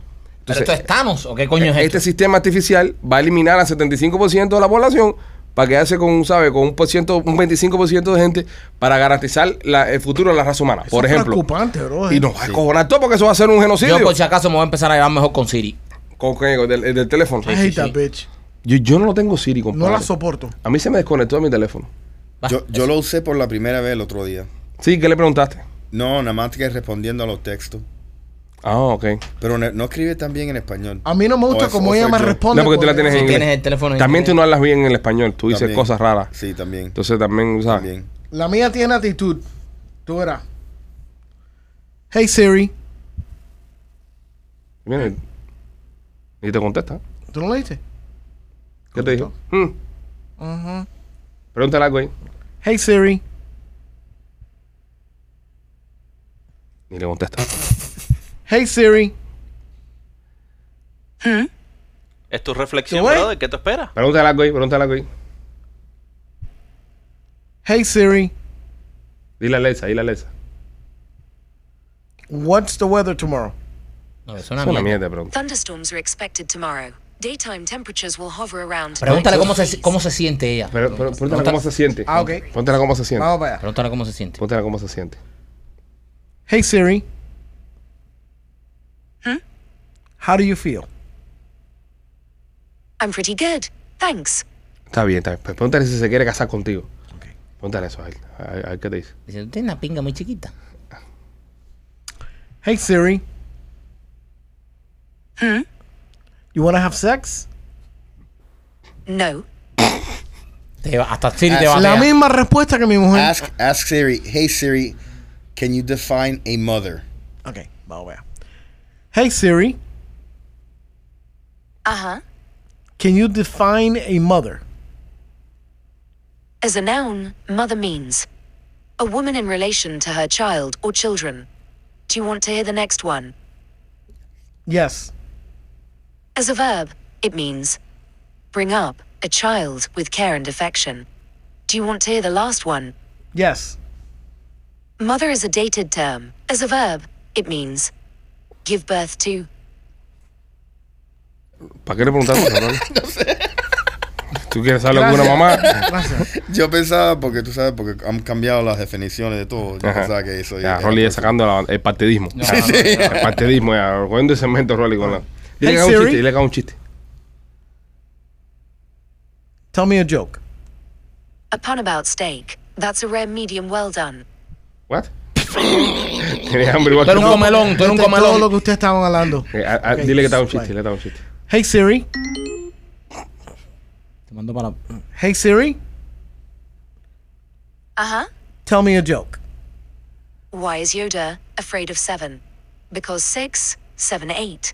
S3: ¿Pero
S1: Entonces,
S3: esto es Thanos o qué coño es
S1: este
S3: esto?
S1: sistema artificial va a eliminar al 75% de la población para quedarse con, ¿sabe? Con un por ciento, un 25% de gente para garantizar la- el futuro de la raza humana, por
S4: Eso es
S1: ejemplo.
S4: preocupante, pues. bro. eh.
S1: Y nos va a cojonar todo porque eso va a ser un genocidio.
S3: Yo
S5: pues,
S3: por si acaso me voy a empezar a llevar mejor con Siri.
S1: ¿Con qué? Con Del, del teléfono.
S4: I hate that bitch.
S1: Yo, yo no lo tengo Siri,
S4: No
S1: compadre.
S4: la soporto.
S1: a mí se me desconectó de mi teléfono.
S3: Va,
S5: Yo, yo lo usé por la primera vez el otro día.
S1: Sí, ¿qué le preguntaste?
S5: No, nada más que respondiendo a los textos.
S1: Ah, ok.
S5: Pero no, no escribe tan bien en español.
S4: A mí no me gusta
S5: O es-
S4: cómo
S5: o
S4: ella
S5: soy
S4: me
S5: yo.
S4: responde.
S1: No, porque tú la tienes en
S4: eh,
S3: Si
S1: inglés.
S3: tienes el teléfono en
S1: También
S3: inglés.
S1: tú no hablas bien en el español, tú dices
S5: También.
S1: cosas raras.
S5: Sí, también.
S1: Entonces también, ¿sabes?
S5: también.
S4: La mía tiene actitud. Tú verás. Hey Siri.
S1: Mira, y te contesta.
S4: ¿Tú no leíste?
S1: ¿Qué te dijo? Mm. Pregúntale algo ahí.
S4: Hey Siri.
S1: Y le contesta.
S4: Hey Siri.
S6: Es tu reflexión,
S4: ¿Tú ves?
S6: brother. ¿Qué te espera?
S1: Pregúntale algo ahí, pregúntale algo ahí.
S4: Hey Siri.
S1: Dile a Alexa, dile a Alexa.
S4: What's the weather tomorrow?
S3: No,
S4: Ah,
S3: es
S1: Es
S3: una
S1: una
S3: mierda.
S1: mierda de pregunta.
S7: Thunderstorms are expected tomorrow. Daytime temperatures will hover around.
S3: Pregúntale
S7: 90
S3: cómo se,
S7: degrees.
S3: cómo se siente ella.
S1: Pero, pero, pregúntale cómo se siente.
S4: Ah, ok. Ah,
S1: Pregúntale cómo se siente.
S4: Vamos para allá.
S3: Pregúntale cómo se siente.
S1: Pregúntale cómo se siente.
S4: Hey Siri. How do you feel?
S7: I'm pretty good. Thanks.
S1: Está bien, está bien. Pues Pregúntale si se quiere casar contigo. Pregúntale eso a él. A, a ver qué te dice.
S3: Dice, tú tienes una pinga muy chiquita.
S4: Hey Siri. You wanna have sex?
S7: No.
S3: Te va- hasta Siri te
S5: Ah,
S3: va a
S4: La
S3: pegar.
S4: misma respuesta que mi mujer.
S5: Ask, ask Siri, hey Siri, can you define a mother?
S4: Ok, vamos para allá. Hey Siri.
S7: Uh huh.
S4: Can you define a mother?
S7: As a noun, mother means a woman in relation to her child or children. Do you want to hear the next one?
S4: Yes.
S7: As a verb, it means bring up a child with care and affection. Do you want to hear the last one?
S4: Yes.
S7: Mother is a dated term. As a verb, it means give birth to.
S1: ¿Para qué le preguntaste, cabrón? ¿Tú quieres saber alguna mamá?
S4: Gracias.
S5: Yo pensaba, porque tú sabes, porque han cambiado las definiciones de todo. Yo pensaba que eso
S1: Ya,
S5: era-
S1: Rolly ya sacando la- el partidismo.
S3: No, no, no.
S1: El partidismo, ya. Cogiendo el cemento, Rolly, con la. Dile que
S4: Ah. Hey,
S1: haga un
S4: Siri.
S1: chiste, dile que haga un chiste.
S4: Tell me a joke.
S7: A pun about steak. That's a rare medium well done.
S1: ¿What? Tienes hambre igual
S3: Tú eres un
S1: que-
S3: comelón, tú eres un
S4: Este es Todo lo
S3: comelón.
S4: que ustedes estaban hablando.
S1: Eh, a- a-
S4: Ok,
S1: Dile que te haga un
S4: suave.
S1: chiste, dile que te haga un chiste.
S4: Hey Siri.
S3: Te mando para.
S4: Hey Siri.
S7: Uh huh.
S4: Tell me a joke.
S7: Why is Yoda afraid of seven? Because six, seven, eight.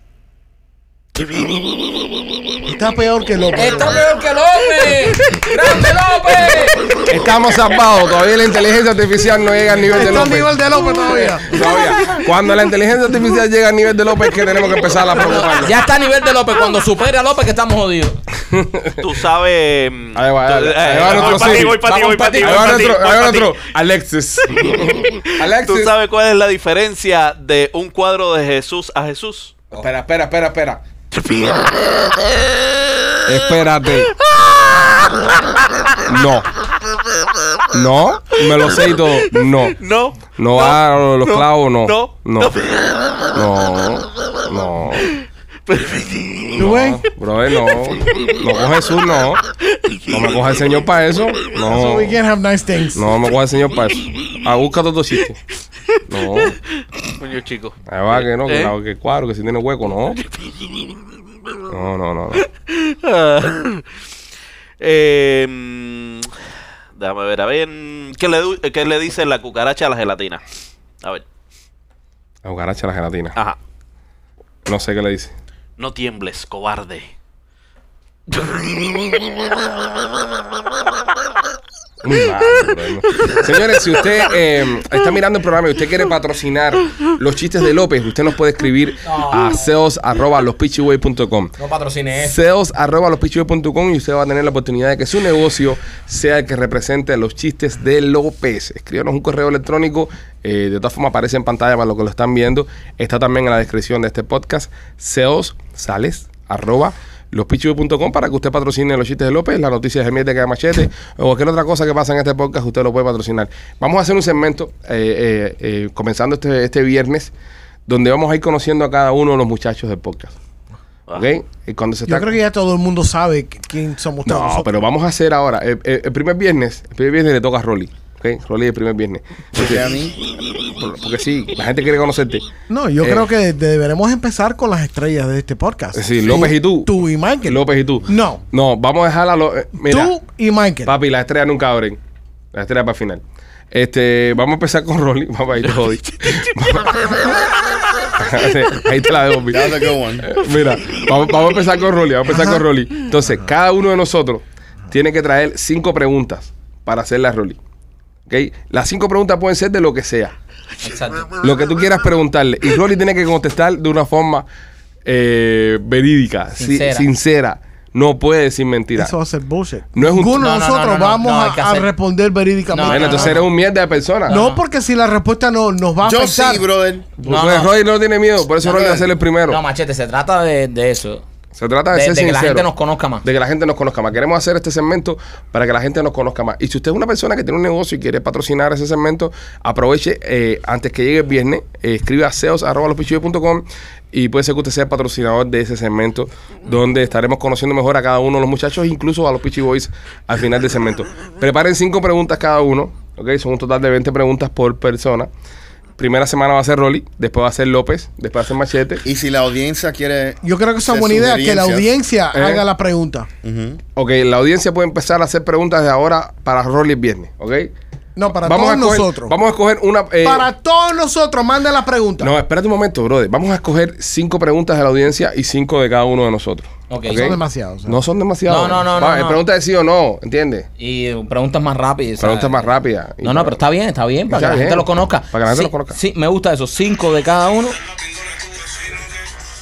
S4: Está peor que loco.
S3: peor que López! ¡Grande López!
S1: Estamos salvados, todavía la inteligencia artificial no llega al nivel de
S4: Está al
S1: López.
S4: nivel de López todavía.
S1: Todavía. Cuando la inteligencia artificial llega al nivel de López, que tenemos que empezar a preocuparnos.
S3: Ya está a nivel de López. Cuando supere a López, que estamos jodidos.
S6: Tú sabes. mm,
S1: Ahí va, ahí
S6: tú-
S1: va, ahí
S6: eh,
S1: va
S6: voy
S1: nuestro
S6: pa' ti,
S1: Siri.
S6: voy pa' ti,
S1: Vamos
S6: voy
S1: pa'
S6: pa' ti,
S1: Ahí
S6: voy
S1: va
S6: pa' ti,
S1: nuestro,
S6: voy
S1: ahí va
S6: pa' ti.
S1: nuestro Alexis.
S6: ¿Tú
S1: Alexis.
S6: sabes cuál es la diferencia de un cuadro de Jesús a Jesús?
S1: Espera, espera, espera, espera. Espérate. No. No, me lo sé y todo. No.
S6: No.
S1: No va a los clavos, no.
S6: no,
S1: No. No. No.
S4: ¿Tú ves?
S1: No, brother, no. No coge Jesús, no. No me coge el Señor para eso.
S4: So
S1: No.
S4: we can have nice things.
S1: No me coge el Señor para eso. A busca todos los chistes. No.
S6: Coño, chico.
S1: Ahí va, que no, que,
S6: ¿Eh?
S1: la- que el cuadro, que si tiene hueco, no. No, no, no. no.
S6: Ah. Eh, mm, déjame ver, a ver. mm, ¿Qué le, du- ¿Qué le dice la cucaracha a la gelatina? A ver.
S1: La cucaracha, la gelatina.
S6: Ajá.
S1: No sé qué le dice.
S6: No tiembles, cobarde.
S1: Señores, si usted eh, está mirando el programa y usted quiere patrocinar los chistes de López, usted nos puede escribir a seos.lospitchyway.com.
S3: No patrocine eso.
S1: Seos arroba lospitchyboy.com y usted va a tener la oportunidad de que su negocio sea el que represente los chistes de López. Escríbanos un correo electrónico, eh, de todas formas aparece en pantalla para los que lo están viendo. Está también en la descripción de este podcast. Seos sales arroba lospitchyboy.com para que usted patrocine los chistes de López, las noticias de mierda que da machete o cualquier otra cosa que pasa en este podcast, usted lo puede patrocinar. Vamos a hacer un segmento eh, eh, eh, comenzando este, este viernes donde vamos a ir conociendo a cada uno de los muchachos del podcast.
S6: Ah.
S1: ¿Ok? Y cuando se
S4: Yo
S1: está
S4: creo que ya todo el mundo sabe qu- quién somos todos.
S1: no,
S4: nosotros.
S1: pero vamos a hacer ahora. El, el- el primer viernes, el primer viernes le toca a Rolly. ¿Ok? Rolly el primer viernes.
S5: Porque a mí,
S1: Por- Porque sí, la gente quiere conocerte.
S4: No, yo
S1: Eh.
S4: creo que de- deberemos empezar con las estrellas de este podcast.
S1: Es decir, López y tú.
S4: Tú y Michael.
S1: López y tú.
S4: No.
S1: No, vamos a dejarla. Lo, eh, mira,
S4: Tú y Michael.
S1: papi, las estrellas nunca abren. Las estrellas para el final. Este, vamos a empezar con Rolly. Vamos ahí te jodí. ahí te la debo. mi.
S5: that's a good one.
S1: Mira, vamos, vamos a empezar con Rolly. Vamos a empezar con Rolly. Entonces, cada uno de nosotros tiene que traer cinco preguntas para hacerle a Rolly. ¿Ok? Las cinco preguntas pueden ser de lo que sea.
S3: Exacto.
S1: Lo que tú
S4: Ah.
S1: quieras preguntarle. Y Rolly tiene que contestar de una forma eh, verídica, si- sincera.
S3: Sincera.
S1: No puede decir mentira.
S4: Eso va a ser bullshit.
S1: No es un-
S4: Ninguno
S3: No, no, no,
S4: de nosotros
S3: no, no,
S4: vamos
S3: no,
S4: a-
S3: hay que
S4: a,
S3: hacer-
S4: responder verídicamente.
S3: No,
S1: bueno,
S3: no,
S1: entonces
S3: no.
S1: eres un mierda de persona.
S4: No, porque si la respuesta no nos va a
S5: Yo
S4: afectar.
S5: sí, brother.
S1: Porque
S3: No, no.
S1: Rolly no tiene miedo. Por eso
S5: No,
S1: Rolly va a
S5: no.
S1: ser el primero.
S3: No, machete, se trata de, de eso.
S1: Se trata de,
S3: De-
S1: ser
S3: de que la
S1: sincero.
S3: gente nos conozca más.
S1: De que la gente nos conozca más. Queremos hacer este segmento para que la gente nos conozca más. Y si usted es una persona que tiene un negocio y quiere patrocinar ese segmento, aproveche eh, antes que llegue el viernes, eh, escribe a seos.com y puede ser que usted sea el patrocinador de ese segmento donde estaremos conociendo mejor a cada uno de los muchachos, incluso a los Pichi Boys al final del segmento. Preparen cinco preguntas cada uno. ¿ok? Son un total de 20 preguntas por persona. Primera semana va a ser Rolly, después va a ser López, después va a ser Machete.
S5: Y si la audiencia quiere.
S4: Yo creo que es una
S5: hacer
S4: buena idea que la
S5: sugerencias-
S4: audiencia
S1: ¿Eh?
S4: haga la pregunta.
S5: Ujú.
S1: Ok, la audiencia puede empezar a hacer preguntas de ahora para Rolly el viernes, ¿ok?
S4: No, para
S1: vamos
S4: todos
S1: a escoger,
S4: nosotros.
S1: Vamos a escoger una... eh,
S4: Para todos nosotros, manda la pregunta.
S1: No, espérate un momento, brother. Vamos a escoger cinco preguntas de la audiencia y cinco de cada uno de nosotros.
S3: Ok.
S1: ¿ok?
S4: Son demasiados. eh.
S1: No son demasiadas.
S3: No, no, no,
S1: Va,
S3: no,
S1: eh,
S3: no.
S1: Pregunta de sí o no, ¿entiendes?
S3: Y eh, preguntas más rápidas. ¿sabes?
S1: Preguntas más rápidas.
S3: No, no, pero está bien, está bien, para
S1: Está
S3: que la
S1: bien.
S3: gente lo conozca.
S1: Para que la gente
S3: Sí,
S1: lo conozca.
S3: Sí, me gusta eso. Cinco de cada uno.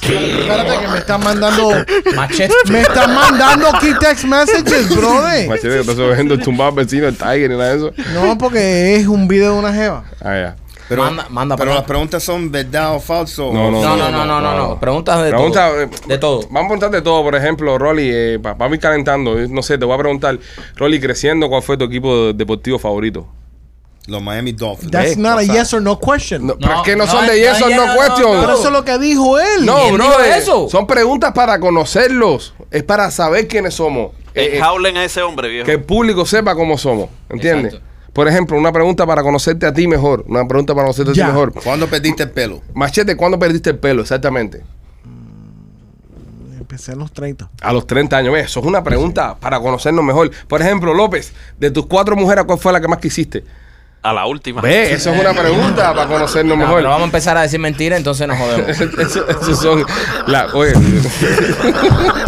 S4: Espérate que me están mandando.
S3: Machete.
S4: me están mandando key text messages, brother.
S1: Machete, te estoy viendo el tumbado vecino, el Tiger y nada de eso.
S4: No, porque es un video de una jeva.
S1: Ah, ya.
S5: Pero,
S3: Manda- manda
S5: pero
S3: para
S5: las
S3: acá.
S5: preguntas son verdad o falso.
S1: No, no,
S3: No, no, no, no, no, no. Preguntas de
S1: Pregunta,
S3: todo.
S1: eh,
S3: De todo.
S1: Vamos a preguntar de todo, por ejemplo, Rolly, eh, pa- vamos a ir calentando. eh, No sé, te voy a preguntar, Rolly, creciendo, ¿cuál fue tu equipo de- deportivo favorito?
S5: Los Miami Dolphins.
S4: That's
S1: Ve,
S4: not a
S1: o sea,
S4: yes or no question.
S1: Eh, No, pero es que no,
S3: no
S1: son
S3: es-
S1: de yes
S3: no
S1: or
S3: es
S1: no,
S3: yes or no,
S1: question.
S4: Pero eso es lo que dijo él.
S1: No,
S3: ¿Quién
S1: bro.
S3: dijo
S1: eh,
S3: eso?
S1: Son preguntas para conocerlos. Es para saber quiénes somos. Eh, eh,
S6: Enjaulen a ese hombre, viejo.
S1: que el público sepa cómo somos. ¿Entiendes?
S3: Exacto.
S1: Por ejemplo, una pregunta para conocerte a ti mejor. Una pregunta para conocerte
S4: Ya.
S1: a ti mejor.
S5: ¿Cuándo perdiste el pelo?
S1: Machete, ¿cuándo perdiste el pelo? Exactamente.
S4: Empecé en los 30.
S1: A los 30 años. ¿Ves? Eso es una pregunta para conocernos mejor. Por ejemplo, López, de tus cuatro mujeres, ¿cuál fue la que más quisiste?
S6: A la última.
S1: ¿Ves? Eso es una pregunta para conocernos
S3: No,
S1: mejor.
S3: pero vamos a empezar a decir mentiras, entonces nos jodemos.
S1: Eso- esos son la- oye,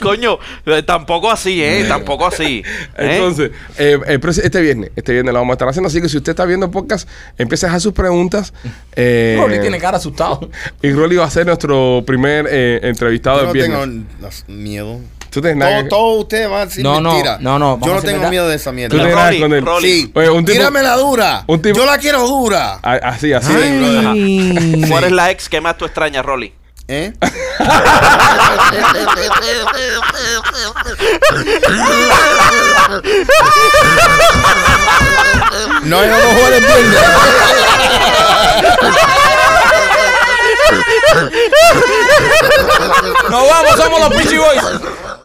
S6: Coño, eh, tampoco así, ¿eh? Tampoco así. ¿eh?
S1: Entonces, eh, eh, pero este viernes, este viernes la vamos a estar haciendo. Así que si usted está viendo el podcast, empiece a dejar sus preguntas. eh,
S3: Rolly tiene cara asustado.
S1: y Rolly va a ser nuestro primer eh, entrevistado
S5: Yo
S1: del
S5: no
S1: viernes.
S5: tengo las- miedo.
S1: Tú tienes nada
S5: Todo-
S1: que-
S5: Todos ustedes van a decir
S3: No, no,
S5: mentira.
S3: no, no, vamos
S5: Yo
S3: a
S5: no
S3: hacer
S5: tengo
S3: verdad.
S5: miedo de esa mierda.
S1: tú tienes nada que
S6: ¿Eh? Rolly,
S1: esconder.
S6: Rolly.
S5: Sí.
S1: Oye, un tipo-
S5: Tírame la dura.
S1: un tipo-
S5: Yo la quiero dura.
S1: A- Ah, Así, así.
S5: Ay, brother.
S4: Ay.
S6: ¿Cuál es la ex que más tú extrañas, Rolly?
S5: ¿Eh? no, yo no juego el
S3: ¡No vamos! ¡Somos los Pichi Boys!